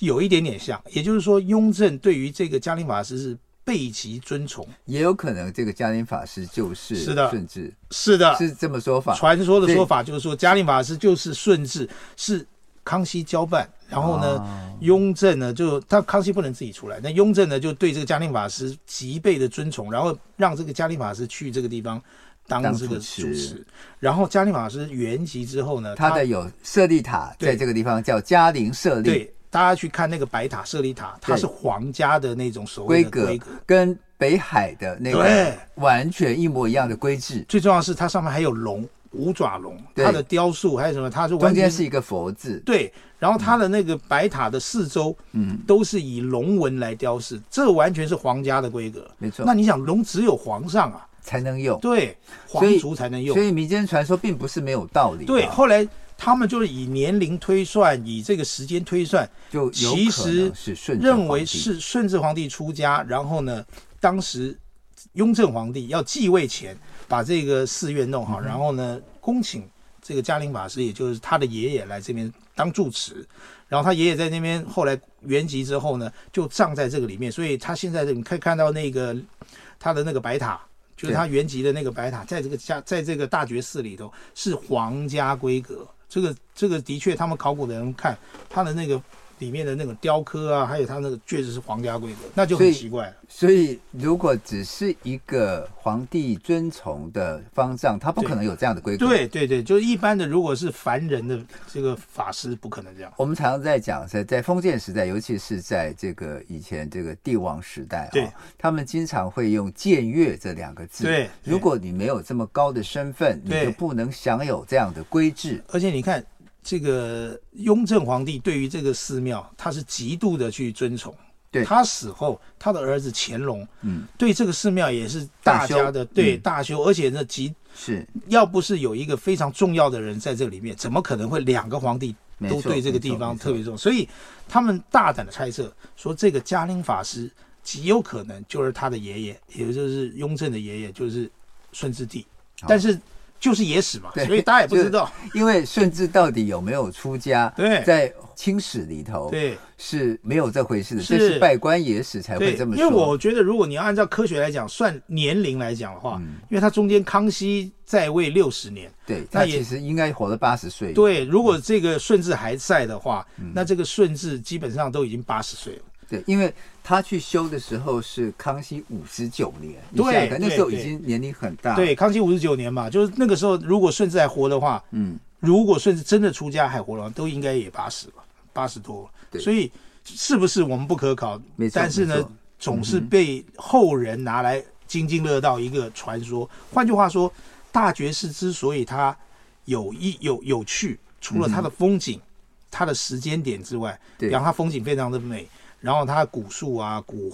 B: 有一点点像。也就是说，雍正对于这个嘉陵法师是备极尊崇。
A: 也有可能这个嘉陵法师就是
B: 是的
A: 顺治，
B: 是的，
A: 是这么说法，
B: 传说的说法就是说，嘉陵法师就是顺治，是康熙交办。然后呢，
A: 哦
B: 雍正呢就他康熙不能自己出来，那雍正呢就对这个嘉陵法师极倍的尊崇，然后让这个嘉陵法师去这个地方当
A: 当
B: 这个
A: 主
B: 主
A: 持
B: 持。然后嘉陵法师圆寂之后呢，
A: 他的有舍利塔
B: 对
A: 在这个地方叫嘉陵舍利，
B: 对，大家去看那个白塔、舍利塔，它
A: 对
B: 是皇家的那种所谓
A: 规
B: 的
A: 格
B: 规格。
A: 跟北海的那个
B: 对
A: 完全一模一样的规制，
B: 最重要的是，它上面还有龙，五爪龙，
A: 对
B: 它的雕塑还有什么？它是
A: 中
B: 完全
A: 间是一个佛字，
B: 对，然后它的那个白塔的四周，
A: 嗯，
B: 都是以龙纹来雕饰，这完全是皇家的规格。
A: 没错
B: 那你想，龙只有皇上啊，
A: 才能用。
B: 对，
A: 所以
B: 皇族才能用
A: 所。以啊民间传说并不是没有道理的，
B: 对，后来他们就是以年龄推算，以这个时间推算，
A: 就有
B: 其
A: 可
B: 实
A: 能是顺治
B: 认
A: 皇
B: 为
A: 帝
B: 是顺治皇帝出家，然后呢，当时雍正皇帝要继位前把这个寺院弄好，
A: 嗯
B: 然后呢，恭请这个嘉陵法师，也就是他的爷爷来这边当住持，然后他爷爷在那边后来圆寂之后呢，就葬在这个里面，所以他现在的你可以看到那个他的那个白塔。就是
A: 对
B: 他原籍的那个白塔，在这个家，在这个大觉寺里头是皇家规格。这个这个的确，他们考古的人看他的那个里面的那种雕刻啊，还有他那个确实是皇家规格，那就
A: 所以
B: 很奇怪了。
A: 所以如果只是一个皇帝尊崇的方丈，他不可能有这样的规格。，
B: 对对对，就是一般的，如果是凡人的这个法师，不可能这样。
A: 我们常常在讲，在在封建时代，尤其是在这个以前这个帝王时代啊、
B: 对
A: 他们经常会用“僭越”这两个字。
B: 对
A: 如果你没有这么高的身份，你
B: 对
A: 就不能享有这样的规制。
B: 而且你看，这个雍正皇帝对于这个寺庙，他是极度的去尊崇。
A: 对
B: 他死后，他的儿子乾隆，
A: 嗯，
B: 对这个寺庙也是
A: 大
B: 大
A: 修
B: 家的对
A: 嗯
B: 大修，而且呢，极
A: 是，
B: 要不是有一个非常重要的人在这里面，怎么可能会两个皇帝
A: 没
B: 都
A: 错
B: 对这个地
A: 没
B: 方
A: 错
B: 特别重？所以他们大胆的猜测说，这个嘉陵法师极有可能就是他的爷爷，也就是雍正的爷爷，就是顺治帝
A: 好。
B: 但是就是野史嘛，
A: 对
B: 所以大家也不
A: 就
B: 知道。
A: 因为顺治到底有没有出家，
B: 对
A: 在清史里头
B: 对
A: 是没有这回事的，
B: 是
A: 这是拜官野史才
B: 对，
A: 哎会这么
B: 因为
A: 说。
B: 我觉得，如果你要按照科学来讲，算年龄来讲的话，
A: 嗯
B: 因为他中间康熙在位六十年，
A: 对
B: 那
A: 他
B: 也
A: 其实应该活了八十岁。
B: 对，如果这个顺治还在的话，
A: 嗯
B: 那这个顺治基本上都已经八十岁了。
A: 对，因为他去修的时候是康熙五十九年，你
B: 对
A: 想想看那
B: 对
A: 时候已
B: 对
A: 经年龄很大。
B: 对，，康熙五十九年嘛，就是那个时候，如果顺治还活的话，
A: 嗯，
B: 如果顺治真的出家还活的话，都应该也八十了。八十多
A: 对，
B: 所以是不是我们不可考
A: 没？错
B: 但是
A: 没
B: 呢
A: 错，嗯
B: 总是被后人拿来津津乐道一个传说。换句话说，大觉寺之所以它有一有有趣，除
A: 嗯
B: 了它的风景、它的时间点之外，
A: 对
B: 然后它风景非常的美。然后它的古树啊、古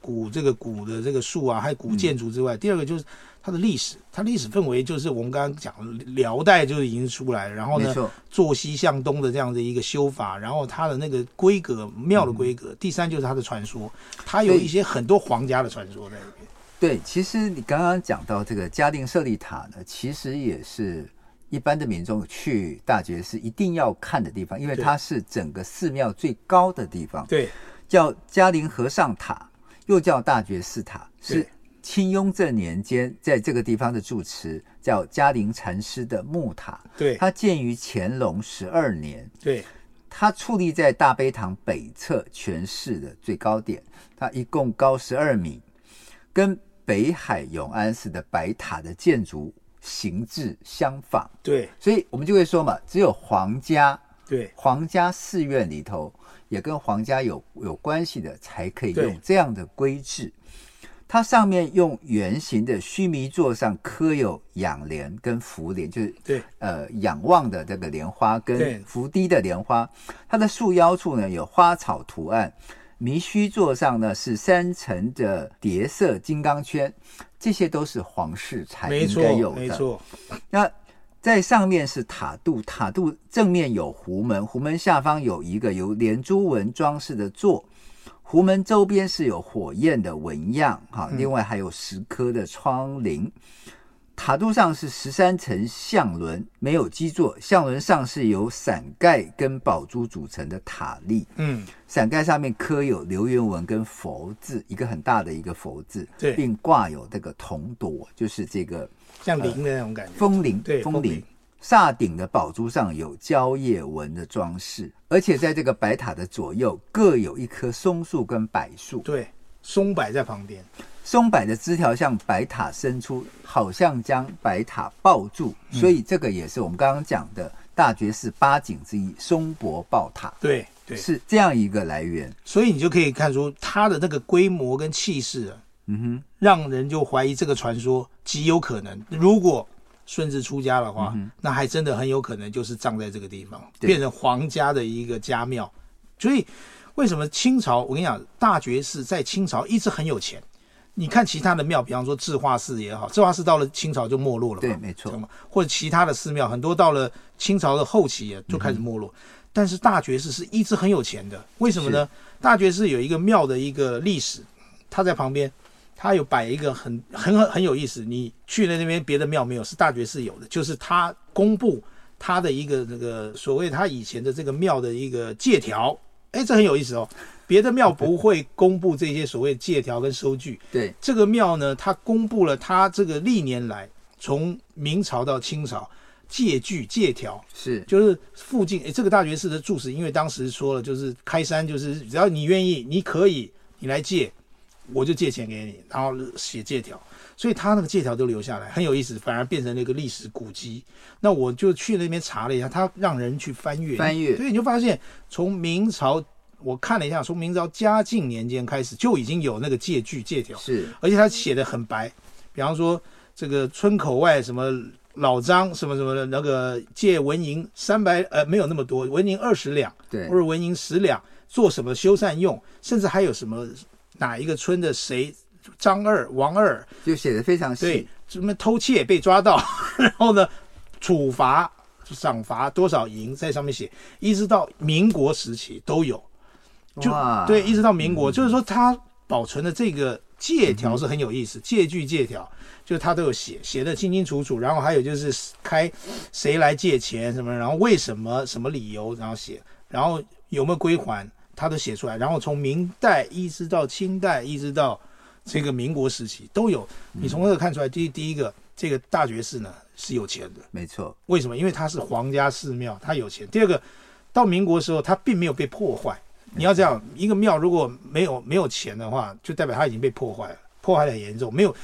B: 古这个古的这个树啊，还有古建筑之外，第二个就是它的历史，它历史氛围就是我们刚刚讲的辽代就已经出来了，然后
A: 没
B: 呢
A: 错，
B: 坐西向东的这样的一个修法，然后它的那个规格庙的规格，第三就是它的传说，它有
A: 对
B: 一些很多皇家的传说在里面。
A: 对，其实你刚刚讲到这个嘉定舍利塔呢，其实也是一般的民众去大觉寺一定要看的地方，因为
B: 对
A: 它是整个寺庙最高的地方，
B: 对
A: 叫嘉陵和尚塔，又叫大觉寺塔，是
B: 对
A: 清雍正年间在这个地方的住持叫嘉陵禅师的木塔，
B: 对
A: 它建于乾隆十二年，
B: 对
A: 它矗立在大悲堂北侧全市的最高点，它一共高十二米，跟北海永安寺的白塔的建筑形制相仿，
B: 对
A: 所以我们就会说嘛，只有皇家
B: 对
A: 皇家寺院里头也跟皇家有有关系的，才可以
B: 对
A: 用这样的规制。它上面用圆形的须弥座上刻有仰莲跟福莲，就是
B: 对
A: 呃仰望的这个莲花
B: 对
A: 跟拂堤的莲花，它的树腰处呢有花草图案，迷须座上呢是三层的叠色金刚圈，这些都是皇室才
B: 没
A: 应该
B: 错
A: 有
B: 没
A: 的。
B: 错，
A: 那在上面是塔肚，塔肚正面有湖门，湖门下方有一个由连珠纹装饰的座，湖门周边是有火焰的纹样，哈，另外还有石刻的窗棂。塔肚上是十三层象轮，没有基座，象轮上是由伞盖跟宝珠组成的塔立，
B: 嗯
A: 伞盖上面刻有流云纹跟佛字，一个很大的一个佛字，
B: 对
A: 并挂有这个铜铎，就是这个
B: 像灵的那种感觉。
A: 风铃，
B: 对
A: 风
B: 呃风
A: 铃
B: 铃。
A: 萨顶的宝珠上有蕉叶纹的装饰，而且在这个白塔的左右各有一棵松树跟柏树，
B: 对，松柏在旁边。
A: 松柏的枝条向白塔伸出，好像将白塔抱住，
B: 嗯
A: 所以这个也是我们刚刚讲的大觉寺八景之一——松柏抱塔，
B: 对对，
A: 是这样一个来源。
B: 所以你就可以看出它的那个规模跟气势、啊，
A: 嗯
B: 让人就怀疑这个传说极有可能，如果顺治出家的话，那还真的很有可能就是葬在这个地方，
A: 嗯对
B: 变成皇家的一个家庙。所以为什么清朝？我跟你讲，大觉寺在清朝一直很有钱。你看其他的庙，比方说智化寺也好，智化寺到了清朝就没落了嘛，
A: 对没错
B: 知道吗或者其他的寺庙，很多到了清朝的后期也就开始没落。
A: 嗯
B: 但是大觉寺是一直很有钱的，为什么呢？大觉寺有一个庙的一个历史，它在旁边，它有摆一个很很很有意思，你去了那边别的庙没有，是大觉寺有的，就是它公布它的一个那个所谓它以前的这个庙的一个借条，哎，这很有意思哦。别的庙不会公布这些所谓借条跟收据，
A: 哼，对，
B: 这个庙呢，它公布了它这个历年来从明朝到清朝借据借条，
A: 是，
B: 就是附近哎诶，这个大觉寺的住持，因为当时说了，就是开山，就是只要你愿意，你可以，你来借，我就借钱给你，然后写借条，所以他那个借条都留下来，很有意思，反而变成了一个历史古迹。那我就去那边查了一下，他让人去翻阅，
A: 翻阅
B: 对，你就发现从明朝，我看了一下，从明朝嘉靖年间开始就已经有那个借据借条，
A: 是，
B: 而且他写的很白，比方说这个村口外什么老张什么什么的，那个借文银三百呃没有那么多，文银二十两
A: 对
B: 或，者文银十两做什么修缮用，甚至还有什么哪一个村的谁张二王二
A: 就写的非常
B: 对
A: 细，
B: 什么偷窃被抓到， 然后呢处罚赏罚多少银在上面写，一直到民国时期都有。就
A: 哇
B: 对，一直到民国，就是说他保存的这个借条是很有意思，借据借条，就是他都有写，写的清清楚楚。然后还有就是开谁来借钱什么，然后为什么什么理由，然后写，然后有没有归还，他都写出来。然后从明代一直到清代，一直到这个民国时期都有。你从这个看出来，第一第一个，这个大觉寺呢是有钱的，
A: 没错，
B: 为什么？因为它是皇家寺庙，它有钱。第二个，到民国时候，它并没有被破坏。你要这样，一个庙如果没有没有钱的话，就代表它已经被破坏了，破坏的很严重，没有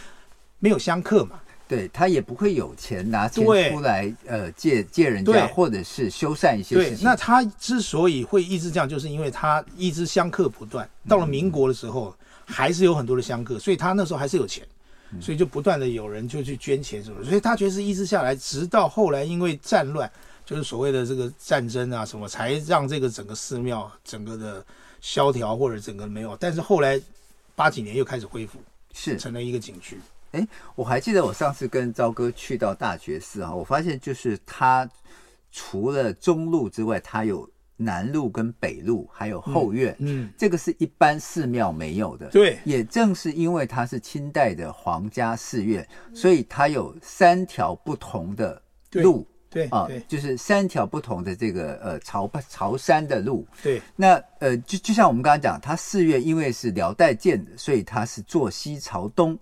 B: 没有香客嘛，
A: 对他也不会有钱拿钱
B: 对
A: 出来，呃，借借人
B: 对
A: 家，或者是修缮一些
B: 对
A: 事，情。
B: 那他之所以会一直这样，就是因为他一直相克不断。到了民国的时候，还是有很多的相克，所以他那时候还是有钱，
A: 嗯
B: 所以就不断的有人就去捐钱什么的。所以大爵士一直下来，直到后来因为战乱，就是所谓的这个战争啊什么，才让这个整个寺庙整个的萧条或者整个没有。但是后来八几年又开始恢复，
A: 是
B: 成了一个景区。
A: 哎，我还记得我上次跟朝哥去到大觉寺啊，我发现就是它除了中路之外，它有南路跟北路，还有后院，
B: 嗯，
A: 这个是一般寺庙没有的。
B: 对
A: 也正是因为它是清代的皇家寺院，所以它有三条不同的路
B: 嗯对
A: 啊
B: 对，
A: 就是三条不同的这个呃朝朝山的路。
B: 对
A: 那呃，就就像我们刚刚讲，它四月因为是辽代建的，所以它是坐西朝东，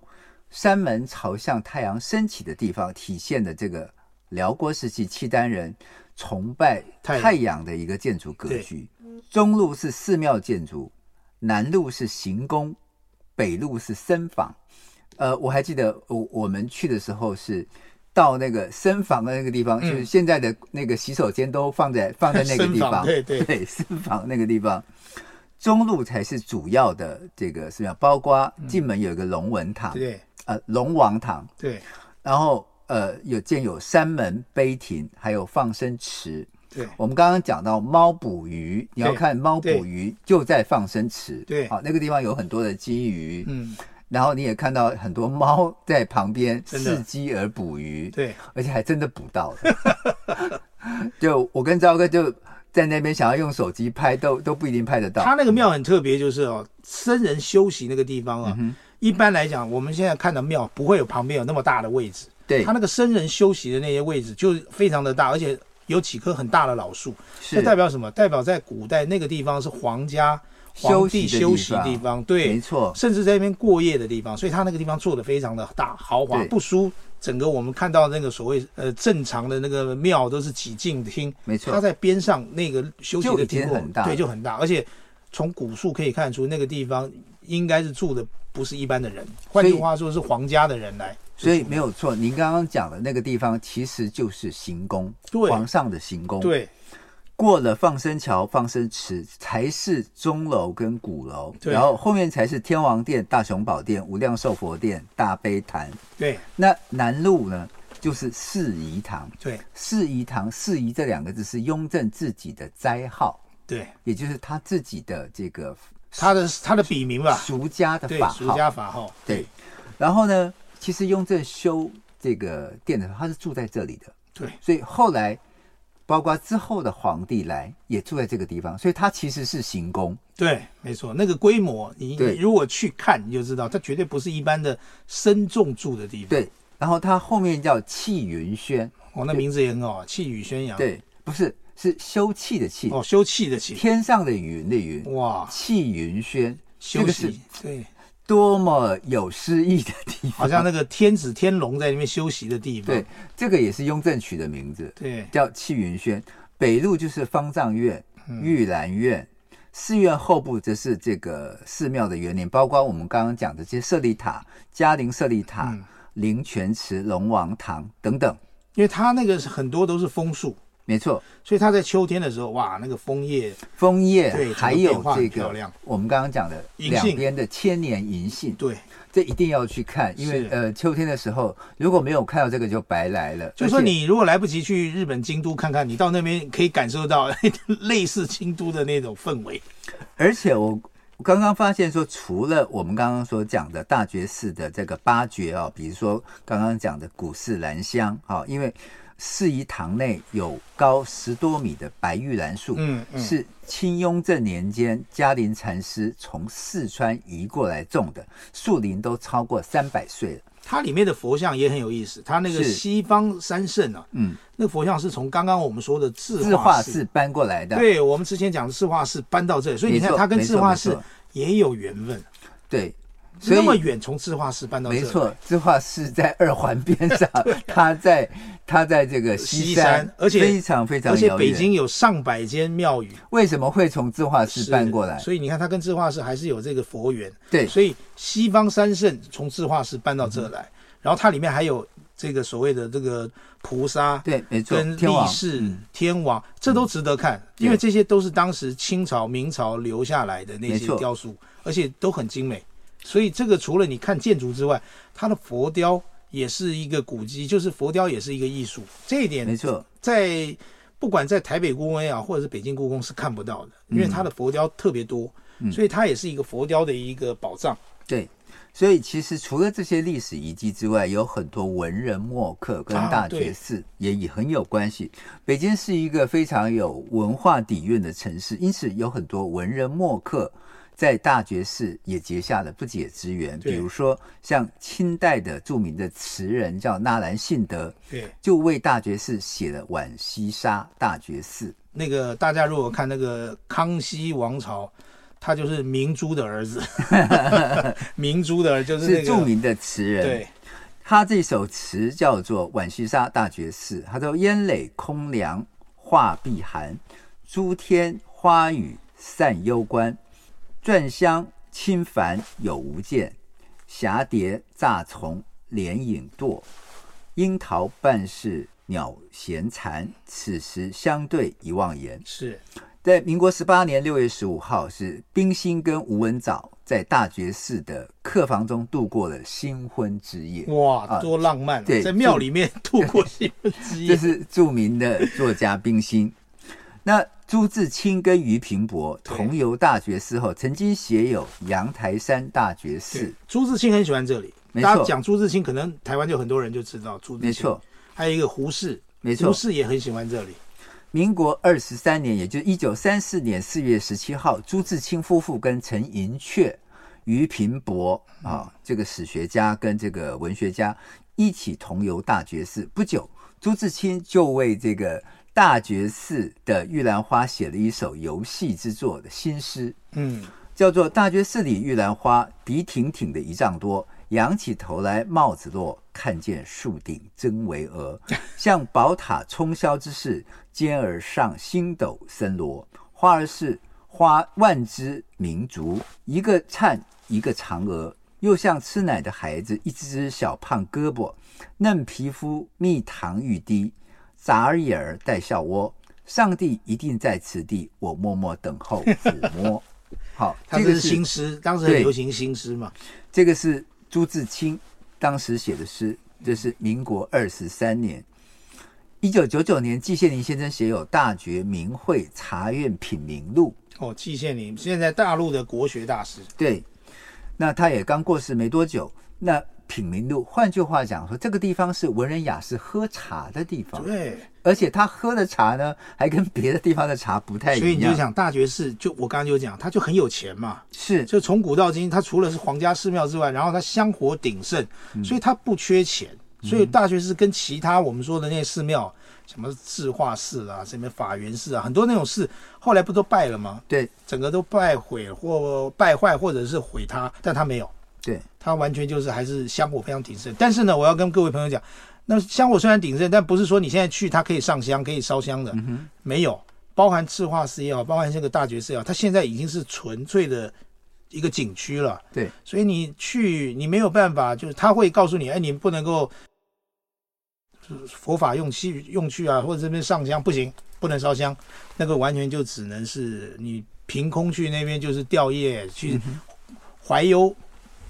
A: 山门朝向太阳升起的地方，体现的这个辽国时期契丹人崇拜
B: 太阳
A: 太阳的一个建筑格局。中路是寺庙建筑，南路是行宫，北路是僧坊。呃，我还记得我我们去的时候是。到那个僧房的那个地
B: 嗯
A: 方，就是现在的那个洗手间都放在放在那个地
B: 僧
A: 方
B: 房，对对
A: 对，私房那个地方，中路才是主要的这个寺庙，包括进门有一个龙文堂，
B: 嗯对
A: 呃，龙王堂，
B: 对
A: 然后呃有建有山门、碑亭，还有放生池。
B: 对
A: 我们刚刚讲到猫捕鱼，你要
B: 对
A: 看猫捕
B: 对
A: 鱼就在放生池，
B: 对
A: 好、那个地方有很多的金鱼，
B: 嗯，
A: 然后你也看到很多猫在旁边
B: 真的
A: 伺机而捕鱼，
B: 对
A: 而且还真的捕到了。 就我跟昭哥就在那边想要用手机拍，都都不一定拍得到。
B: 他那个庙很特别，就是哦，僧人休息那个地方
A: 嗯
B: 啊，一般来讲，我们现在看的庙不会有旁边有那么大的位置。
A: 对
B: 他，那个僧人休息的那些位置就是非常的大，而且有几棵很大的老树，这
A: 是
B: 代表什么？代表在古代那个地方是皇家皇
A: 休
B: 帝
A: 息的
B: 休息
A: 地方
B: 地方，对
A: 没，错，
B: 甚至在那边过夜的地方，所以他那个地方做的非常的大豪华，
A: 对
B: 不输整个我们看到那个所谓呃正常的那个庙都是几进厅，
A: 没错
B: 他在边上那个休息的
A: 就
B: 厅
A: 已经很大
B: 对，就很大，而且从古树可以看出那个地方应该是住的不是一般的人，换
A: 以
B: 句话说是皇家的人来，
A: 所以没有错。您刚刚讲的那个地方其实就是行宫，
B: 对
A: 皇上的行宫。，
B: 对
A: 过了放生桥、放生池，才是钟楼跟鼓楼，
B: 对
A: 然后后面才是天王殿、大雄宝殿、无量寿佛殿、大悲坛。
B: 对
A: 那南路呢，就是四仪堂。
B: 对
A: 四仪堂，四仪这两个字是雍正自己的斋号，
B: 对，
A: 也就是他自己的这个
B: 他的他的笔名吧，
A: 俗家的
B: 对
A: 法
B: 俗
A: 号。
B: 家法号，
A: 对然后呢，其实雍正修这个殿的时候，他是住在这里的，
B: 对
A: 所以后来包括之后的皇帝来也住在这个地方，所以他其实是行宫。
B: 对，没错，那个规模，你
A: 对
B: 你如果去看你就知道，它绝对不是一般的僧众住的地方。
A: 对，然后他后面叫气云轩，
B: 哦，那名字也很好，气宇轩扬。，
A: 对，不是是休憩的气，
B: 啊哦，休憩的气。
A: 天上的云的云，
B: 哇，
A: 气云轩，这
B: 休
A: 个是
B: 息，对，
A: 多么有诗意的地方。
B: 好像那个天子天龙在那边休息的地方。
A: 对，这个也是雍正取的名字，
B: 对
A: 叫气云轩。北路就是方丈院、
B: 嗯
A: 玉兰院，寺院后部则是这个寺庙的园林，包括我们刚刚讲的这些舍利塔、嘉陵舍利塔、
B: 嗯
A: 灵泉池、龙王堂等等。
B: 因为它那个是很多都是枫树，
A: 没错，
B: 所以它在秋天的时候，哇，那个枫叶，
A: 枫叶
B: 对整个
A: 还有
B: 变化很
A: 这
B: 漂
A: 个
B: 亮
A: 我们刚刚讲的
B: 银
A: 两
B: 杏
A: 边的千年银杏，
B: 对，
A: 这一定要去看，因为
B: 是
A: 呃秋天的时候如果没有看到这个就白来了。
B: 就说
A: 而且
B: 你如果来不及去日本京都看看，你到那边可以感受到 类似京都的那种氛围。
A: 而且我刚刚发现说，除了我们刚刚所讲的大觉寺的这个八绝啊、比如说刚刚讲的古寺兰香啊、因为四仪堂内有高十多米的白玉兰树，
B: 嗯嗯
A: 是清雍正年间嘉陵禅师从四川移过来种的，树龄都超过三百岁了。
B: 它里面的佛像也很有意思，它那个
A: 是
B: 西方三圣啊，
A: 嗯，
B: 那个佛像是从刚刚我们说的智
A: 字
B: 化
A: 画
B: 寺
A: 寺，搬过来的，
B: 对我们之前讲的智化寺搬到这里，所以你
A: 没
B: 看
A: 错
B: 它跟
A: 没
B: 智
A: 错
B: 化
A: 没
B: 寺
A: 错
B: 也有缘分，
A: 对，所以
B: 那么远从智化寺搬到这
A: 没
B: 里，
A: 错，这画是在二环边上，它在它在这个
B: 呃西
A: 西
B: 山而且
A: 非常非常
B: 而且
A: 遥
B: 北
A: 远。
B: 京有上百间庙宇
A: 为什么会从自画室搬过来？
B: 所以你看它跟智化寺还是有这个佛缘，
A: 对嗯
B: 所以西方三圣从智化寺搬到这来，然后它里面还有这个所谓的这个菩萨，
A: 对，没错，
B: 跟
A: 天
B: 力
A: 王嗯
B: 士、天王，这都值得看，因为这些都是当时清朝、明朝留下来的那
A: 没
B: 些
A: 错
B: 雕塑，而且都很精美。所以这个除了你看建筑之外，它的佛雕也是一个古迹，就是佛雕也是一个艺术。这
A: 没
B: 一点
A: 错，
B: 在不管在台北故宫也好，或者是北京故宫是看不到的，因为它的佛雕特别多，
A: 嗯
B: 所以它也是一个佛雕的一个宝藏。
A: 对。所以其实除了这些历史遗迹之外，有很多文人墨客跟
B: 啊
A: 大
B: 对
A: 觉寺也也很有关系。北京是一个非常有文化底蕴的城市，因此有很多文人墨客在大觉寺也结下了不解之缘。
B: 对
A: 比如说，像清代的著名的词人叫纳兰性德，
B: 对，
A: 就为大觉寺写了《浣溪沙大觉寺》。
B: 那个大家如果看那个康熙王朝，他就是明珠 的儿子，明珠的儿就是那
A: 是
B: 个
A: 著名的词人，
B: 对
A: 他这首词叫做《浣溪沙大觉寺》，他说：“烟垒空凉画碧寒，诸天花雨散幽关。篆香轻繁有无间，蛱蝶乍从帘影堕。樱桃半是鸟闲残，此时相对一望言。”
B: 是
A: 在民国十八年六月十五号，是冰心跟吴文藻在大觉寺的客房中度过了新婚之夜。
B: 哇，
A: 啊
B: 多浪漫、啊！
A: 对
B: 在庙里面度过新婚之
A: 这
B: 夜，
A: 是著名的作家冰心。那朱自清跟俞平伯同游大觉寺后，曾经写有《阳台山大觉寺
B: 对》。朱自清很喜欢这里。
A: 没
B: 大家
A: 错
B: 讲朱自清，可能台湾就很多人就知道朱自清。
A: 没错，，
B: 还有一个胡适，
A: 没错
B: 胡适也很喜欢这里。
A: 民国二十三年，也就是一九三四年四月十七号，朱自清夫妇跟陈寅恪、俞平伯啊，这个史学家跟这个文学家一起同游大觉寺。不久，朱自清就为这个大觉寺的玉兰花写了一首游戏之作的新诗。
B: 嗯，
A: 叫做“大觉寺里玉兰花，笔挺挺的一丈多，仰起头来帽子落，看见树顶真巍峨，像宝塔冲霄之势，尖而上星斗森罗，花儿是花万枝明烛，一个灿一个嫦娥，又像吃奶的孩子，一只只小胖胳膊，嫩皮肤蜜糖欲滴，眨儿眼儿带笑窝。上帝一定在此地，我默默等候抚摸。好，
B: 他
A: 这
B: 这
A: 个
B: 是
A: 是
B: 新诗，当时很
A: 对
B: 流行新诗嘛。
A: 这个是朱自清当时写的诗，这是民国二十三年。一九九九年，季羡林先生写有《大觉明慧茶院品茗录
B: 哦，季羡林，现在大陆的国学大师。》，
A: 对，那他也刚过世没多久。那品茗录，换句话讲说，这个地方是文人雅士喝茶的地方，
B: 对，
A: 而且他喝的茶呢，还跟别的地方的茶不太一样。
B: 所以你就想大觉寺，就我刚刚就讲，他就很有钱嘛。
A: 是
B: 就从古到今，它除了是皇家寺庙之外，然后它香火鼎盛，
A: 嗯
B: 所以它不缺钱。所以大学寺跟其他我们说的那些寺庙，什么智化寺啊，什么法源寺啊，很多那种寺，后来不都败了吗？
A: 对
B: 整个都败毁或败坏，或者是毁它，但它没有，
A: 对
B: 它完全就是还是香火非常鼎盛。但是呢，我要跟各位朋友讲，那香火虽然鼎盛，但不是说你现在去它可以上香、可以烧香的，没有。包含智化寺也好，包含这个大觉寺也好，它现在已经是纯粹的一个景区了。
A: 对，
B: 所以你去，你没有办法，就是他会告诉你，哎，你不能够就是佛法用去用去啊，或者这边上香不行，不能烧香，那个完全就只能是你凭空去那边就是吊唁
A: 嗯
B: 去怀幽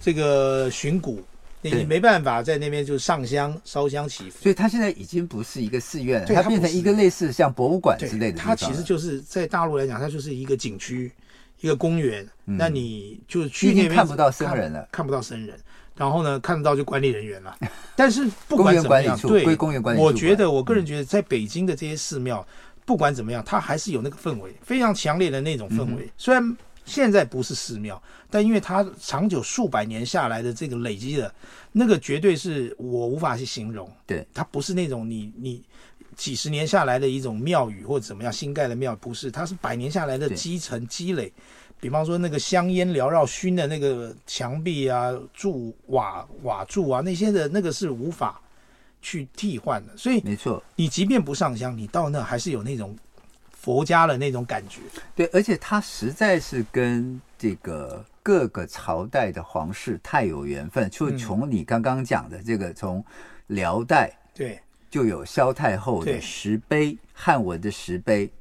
B: 这个寻古，你
A: 对
B: 你没办法在那边就上香烧香祈福。
A: 所以他现在已经不是一个寺院了，
B: 对
A: 它
B: 它
A: 变
B: 不
A: 成一
B: 是
A: 个类似像博物馆
B: 对，
A: 之类的地方
B: 它
A: 了。
B: 其实就是在大陆来讲，它就是一个景区，一个公园。
A: 嗯
B: 那你就去
A: 已经
B: 那边
A: 看不到僧人了
B: 看，看不到僧人。然后呢，看得到就管理人员了。但是不
A: 公
B: 管
A: 园
B: 怎么
A: 管理
B: 样，
A: 处
B: 对，
A: 归公园管理嗯
B: 我
A: 处
B: 觉
A: 管
B: 得，我个人觉得，在北京的这些寺庙，不管怎么样，它还是有那个氛围，非常强烈的那
A: 嗯
B: 种氛围。虽然现在不是寺庙，但因为它长久数百年下来的这个累积的，那个绝对是我无法去形容。
A: 对，
B: 它不是那种你你几十年下来的一种庙宇或者怎么样新盖的庙，不是，它是百年下来的
A: 对
B: 积层积累。比方说那个香烟缭绕熏的那个墙壁啊、柱瓦瓦柱啊那些的，那个是无法去替换的。所以
A: 没错，
B: 你即便不上香，你到那还是有那种佛家的那种感觉。
A: 对，而且他实在是跟这个
B: 嗯
A: 各个朝代的皇室太有缘分，就从你刚刚讲的这个，从辽代
B: 对，
A: 就有萧太后的
B: 对
A: 石碑，汉文的石碑。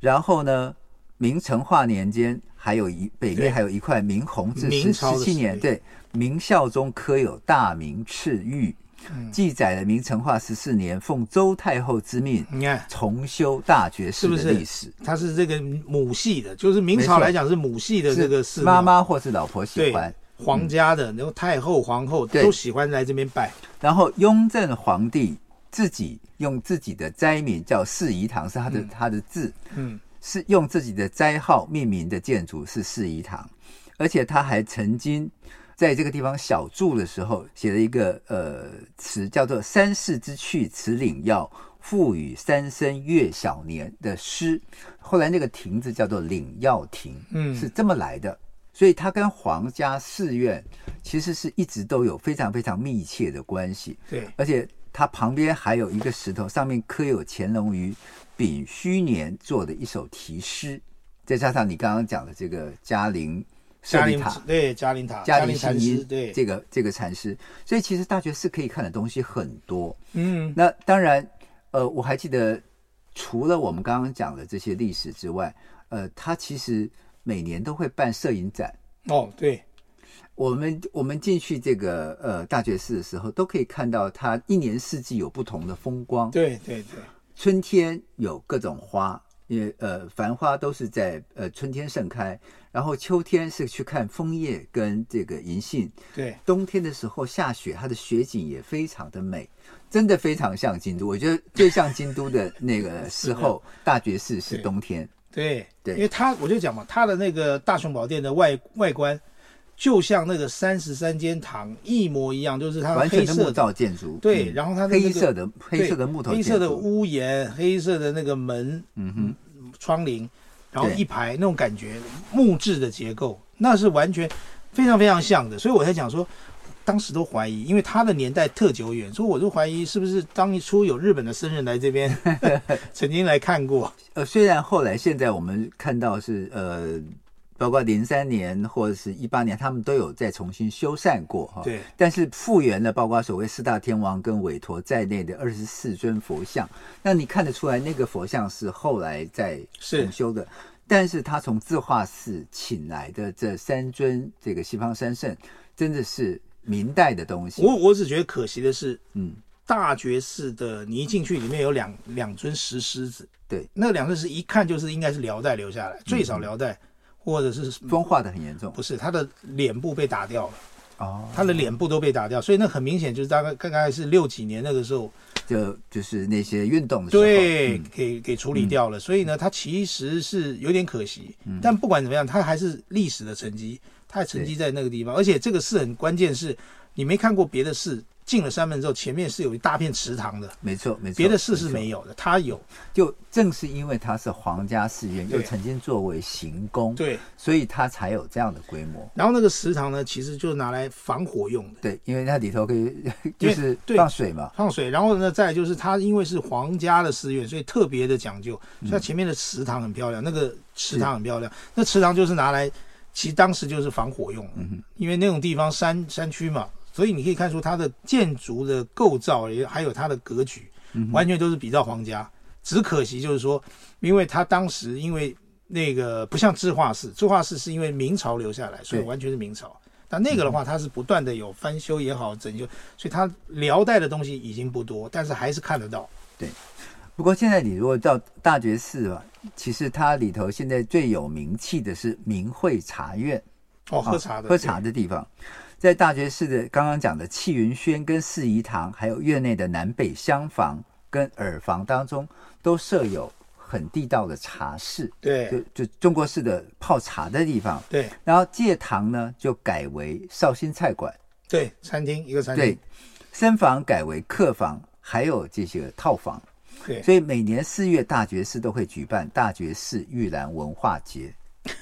A: 然后呢，明成化年间还有一北
B: 对
A: 面还有一块明弘治
B: 明
A: 十
B: 朝的
A: 十
B: 石
A: 七年，对，明孝宗刻有大明赤玉，
B: 嗯
A: 记载了明成化十四年奉周太后之命
B: 你看
A: 重修大觉
B: 是
A: 寺
B: 不
A: 的
B: 是
A: 历史，
B: 它是这个母系的，就是明
A: 没
B: 朝
A: 错
B: 来讲是母系的这个寺庙
A: 妈妈或是老婆喜
B: 对
A: 欢。
B: 皇家的，然后太后、皇后
A: 对
B: 都喜欢来这边拜。
A: 然后雍正皇帝自己用自己的斋名叫四仪堂，是他的、他的字，
B: 嗯，
A: 是用自己的斋号命名的建筑是四仪堂，而且他还曾经在这个地方小住的时候写了一个呃词，叫做“三世之去，此岭要”。赋予三生月小年的诗，后来那个亭子叫做岭耀亭，
B: 嗯
A: 是这么来的。所以它跟皇家寺院其实是一直都有非常非常密切的关系。
B: 对，
A: 而且它旁边还有一个石头，上面刻有乾隆于丙戌年做的一首题诗，再加上你刚刚讲的这个嘉陵舍
B: 嘉
A: 利
B: 陵
A: 塔、
B: 对嘉陵塔、
A: 嘉
B: 嘉
A: 陵
B: 陵
A: 圣
B: 禅
A: 音
B: 师，对，
A: 这个这个禅师，所以其实大觉寺可以看的东西很多。
B: 嗯，
A: 那当然，呃，我还记得，除了我们刚刚讲的这些历史之外，呃，它其实每年都会办摄影展。
B: 哦，对，
A: 我们我们进去这个呃大觉寺的时候，都可以看到它一年四季有不同的风光。
B: 对对对，
A: 春天有各种花，因为呃繁花都是在呃春天盛开，然后秋天是去看枫叶跟这个银杏，
B: 对，
A: 冬天的时候下雪，它的雪景也非常的美，真的非常像京都。我觉得最像京都的那个时候，大觉寺是
B: 对
A: 冬天。
B: 对，
A: 对
B: 因为它我就讲嘛，它的那个大雄宝殿的外外观，就像那个三十三间堂一模一样，就是它
A: 完全
B: 黑
A: 的
B: 色
A: 木造建筑，
B: 对
A: 嗯
B: 然后它的那个
A: 黑色的黑色的木头
B: 对黑
A: 建筑，
B: 色的屋檐、黑色的那个门、嗯哼，窗棂，然后
A: 对
B: 一排那种感觉，木质的结构，那是完全非常非常像的，所以我才讲说。当时都怀疑，因为它的年代特久远，所以我就怀疑是不是当初有日本的僧人来这边曾经来看过。
A: 呃，虽然后来现在我们看到是呃，包括零三年或者是一八年，他们都有再重新修缮过哈。
B: 对。
A: 但是复原了，包括所谓四大天王跟韦陀在内的二十四尊佛像，那你看得出来那个佛像是后来再
B: 是
A: 重修的。但是他从自化寺请来的这三尊这个西方三圣，真的是明代的东西。
B: 我我只觉得可惜的是，
A: 嗯，
B: 大觉寺的你一进去，里面有两两尊石狮子，
A: 对，
B: 那两尊石一看就是应该是辽代留下来，最少辽代，或者是
A: 风化的很严重
B: 不是他的脸部被打掉了，
A: 哦，
B: 他的脸部都被打掉，所以那很明显就是大概大概是六几年那个时候，
A: 就就是那些运动的时候，
B: 对，
A: 嗯
B: 给给处理掉了，所以呢，它其实是有点可惜，但不管怎么样，它还是历史的沉积，它还沉积在那个地方，而且这个寺很关键是，你没看过别的寺，进了山门之后，前面是有一大片池塘的。
A: 没错没错，
B: 别的寺是
A: 没错
B: 没有的，他有。
A: 就正是因为它是皇家寺院，
B: 对
A: 又曾经作为行宫，
B: 对，
A: 所以它才有这样的规模。
B: 然后那个食堂呢，其实就拿来防火用的，
A: 对，因为它里头可以就是
B: 对
A: 放水嘛。
B: 放水。然后呢，再来就是它因为是皇家的寺院，所以特别的讲究，所以它前面的池塘很漂亮，那个池塘很漂亮，那池塘就是拿来，其实当时就是防火用的，因为那种地方山山区嘛，所以你可以看出它的建筑的构造也还有它的格局，完全都是比照皇家。只可惜就是说，因为它当时因为那个不像智化寺，智化寺是因为明朝留下来，所以
A: 对
B: 完全是明朝。但那个的话，它是不断的有翻修也好，整修，所以它辽代的东西已经不多，但是还是看得到。
A: 不过现在你如果到大觉寺啊，其实它里头现在最有名气的是明慧茶院，
B: 哦，
A: 啊
B: 喝茶的，
A: 喝茶的地方。在大觉寺的刚刚讲的气云轩跟四仪堂，还有院内的南北厢房跟耳房当中，都设有很地道的茶室，
B: 对
A: 就就中国式的泡茶的地方。
B: 对
A: 然后戒堂呢就改为绍兴菜馆，
B: 对，餐厅一个餐厅
A: 对，，僧房改为客房，还有这些套房。
B: 对
A: 所以每年四月大觉寺都会举办大觉寺玉兰文化 节。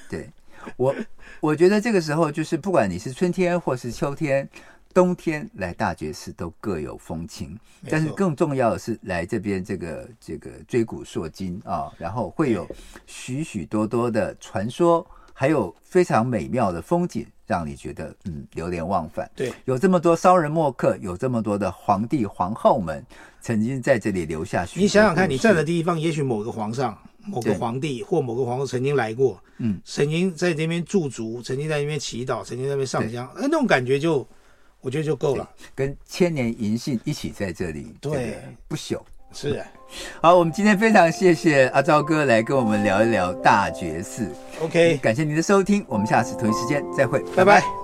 A: 对我，我觉得这个时候就是不管你是春天或是秋天。冬天来大觉寺都各有风情，
B: 没错
A: 但是更重要的是来这边这个这个追古烁今啊，然后会有许许多多的传说，还有非常美妙的风景让你觉得嗯流连忘返。
B: 对，
A: 有这么多骚人墨客，有这么多的皇帝皇后们曾经在这里留下许多
B: 你想想看，
A: 故
B: 你
A: 事
B: 站的地方，也许某个皇上、某个
A: 对
B: 皇帝或某个皇后曾经来过，
A: 嗯，
B: 曾经在那边驻足，曾经在那边祈祷，曾经在那边上香，哎那那种感觉就，我觉得就够了。
A: 跟千年银杏一起在这里，
B: 对
A: 不不朽。
B: 是啊
A: 好，我们今天非常谢谢阿昭哥来跟我们聊一聊大觉寺，嗯
B: ，OK，
A: 感谢您的收听，我们下次同一时间再会，
B: 哎拜拜。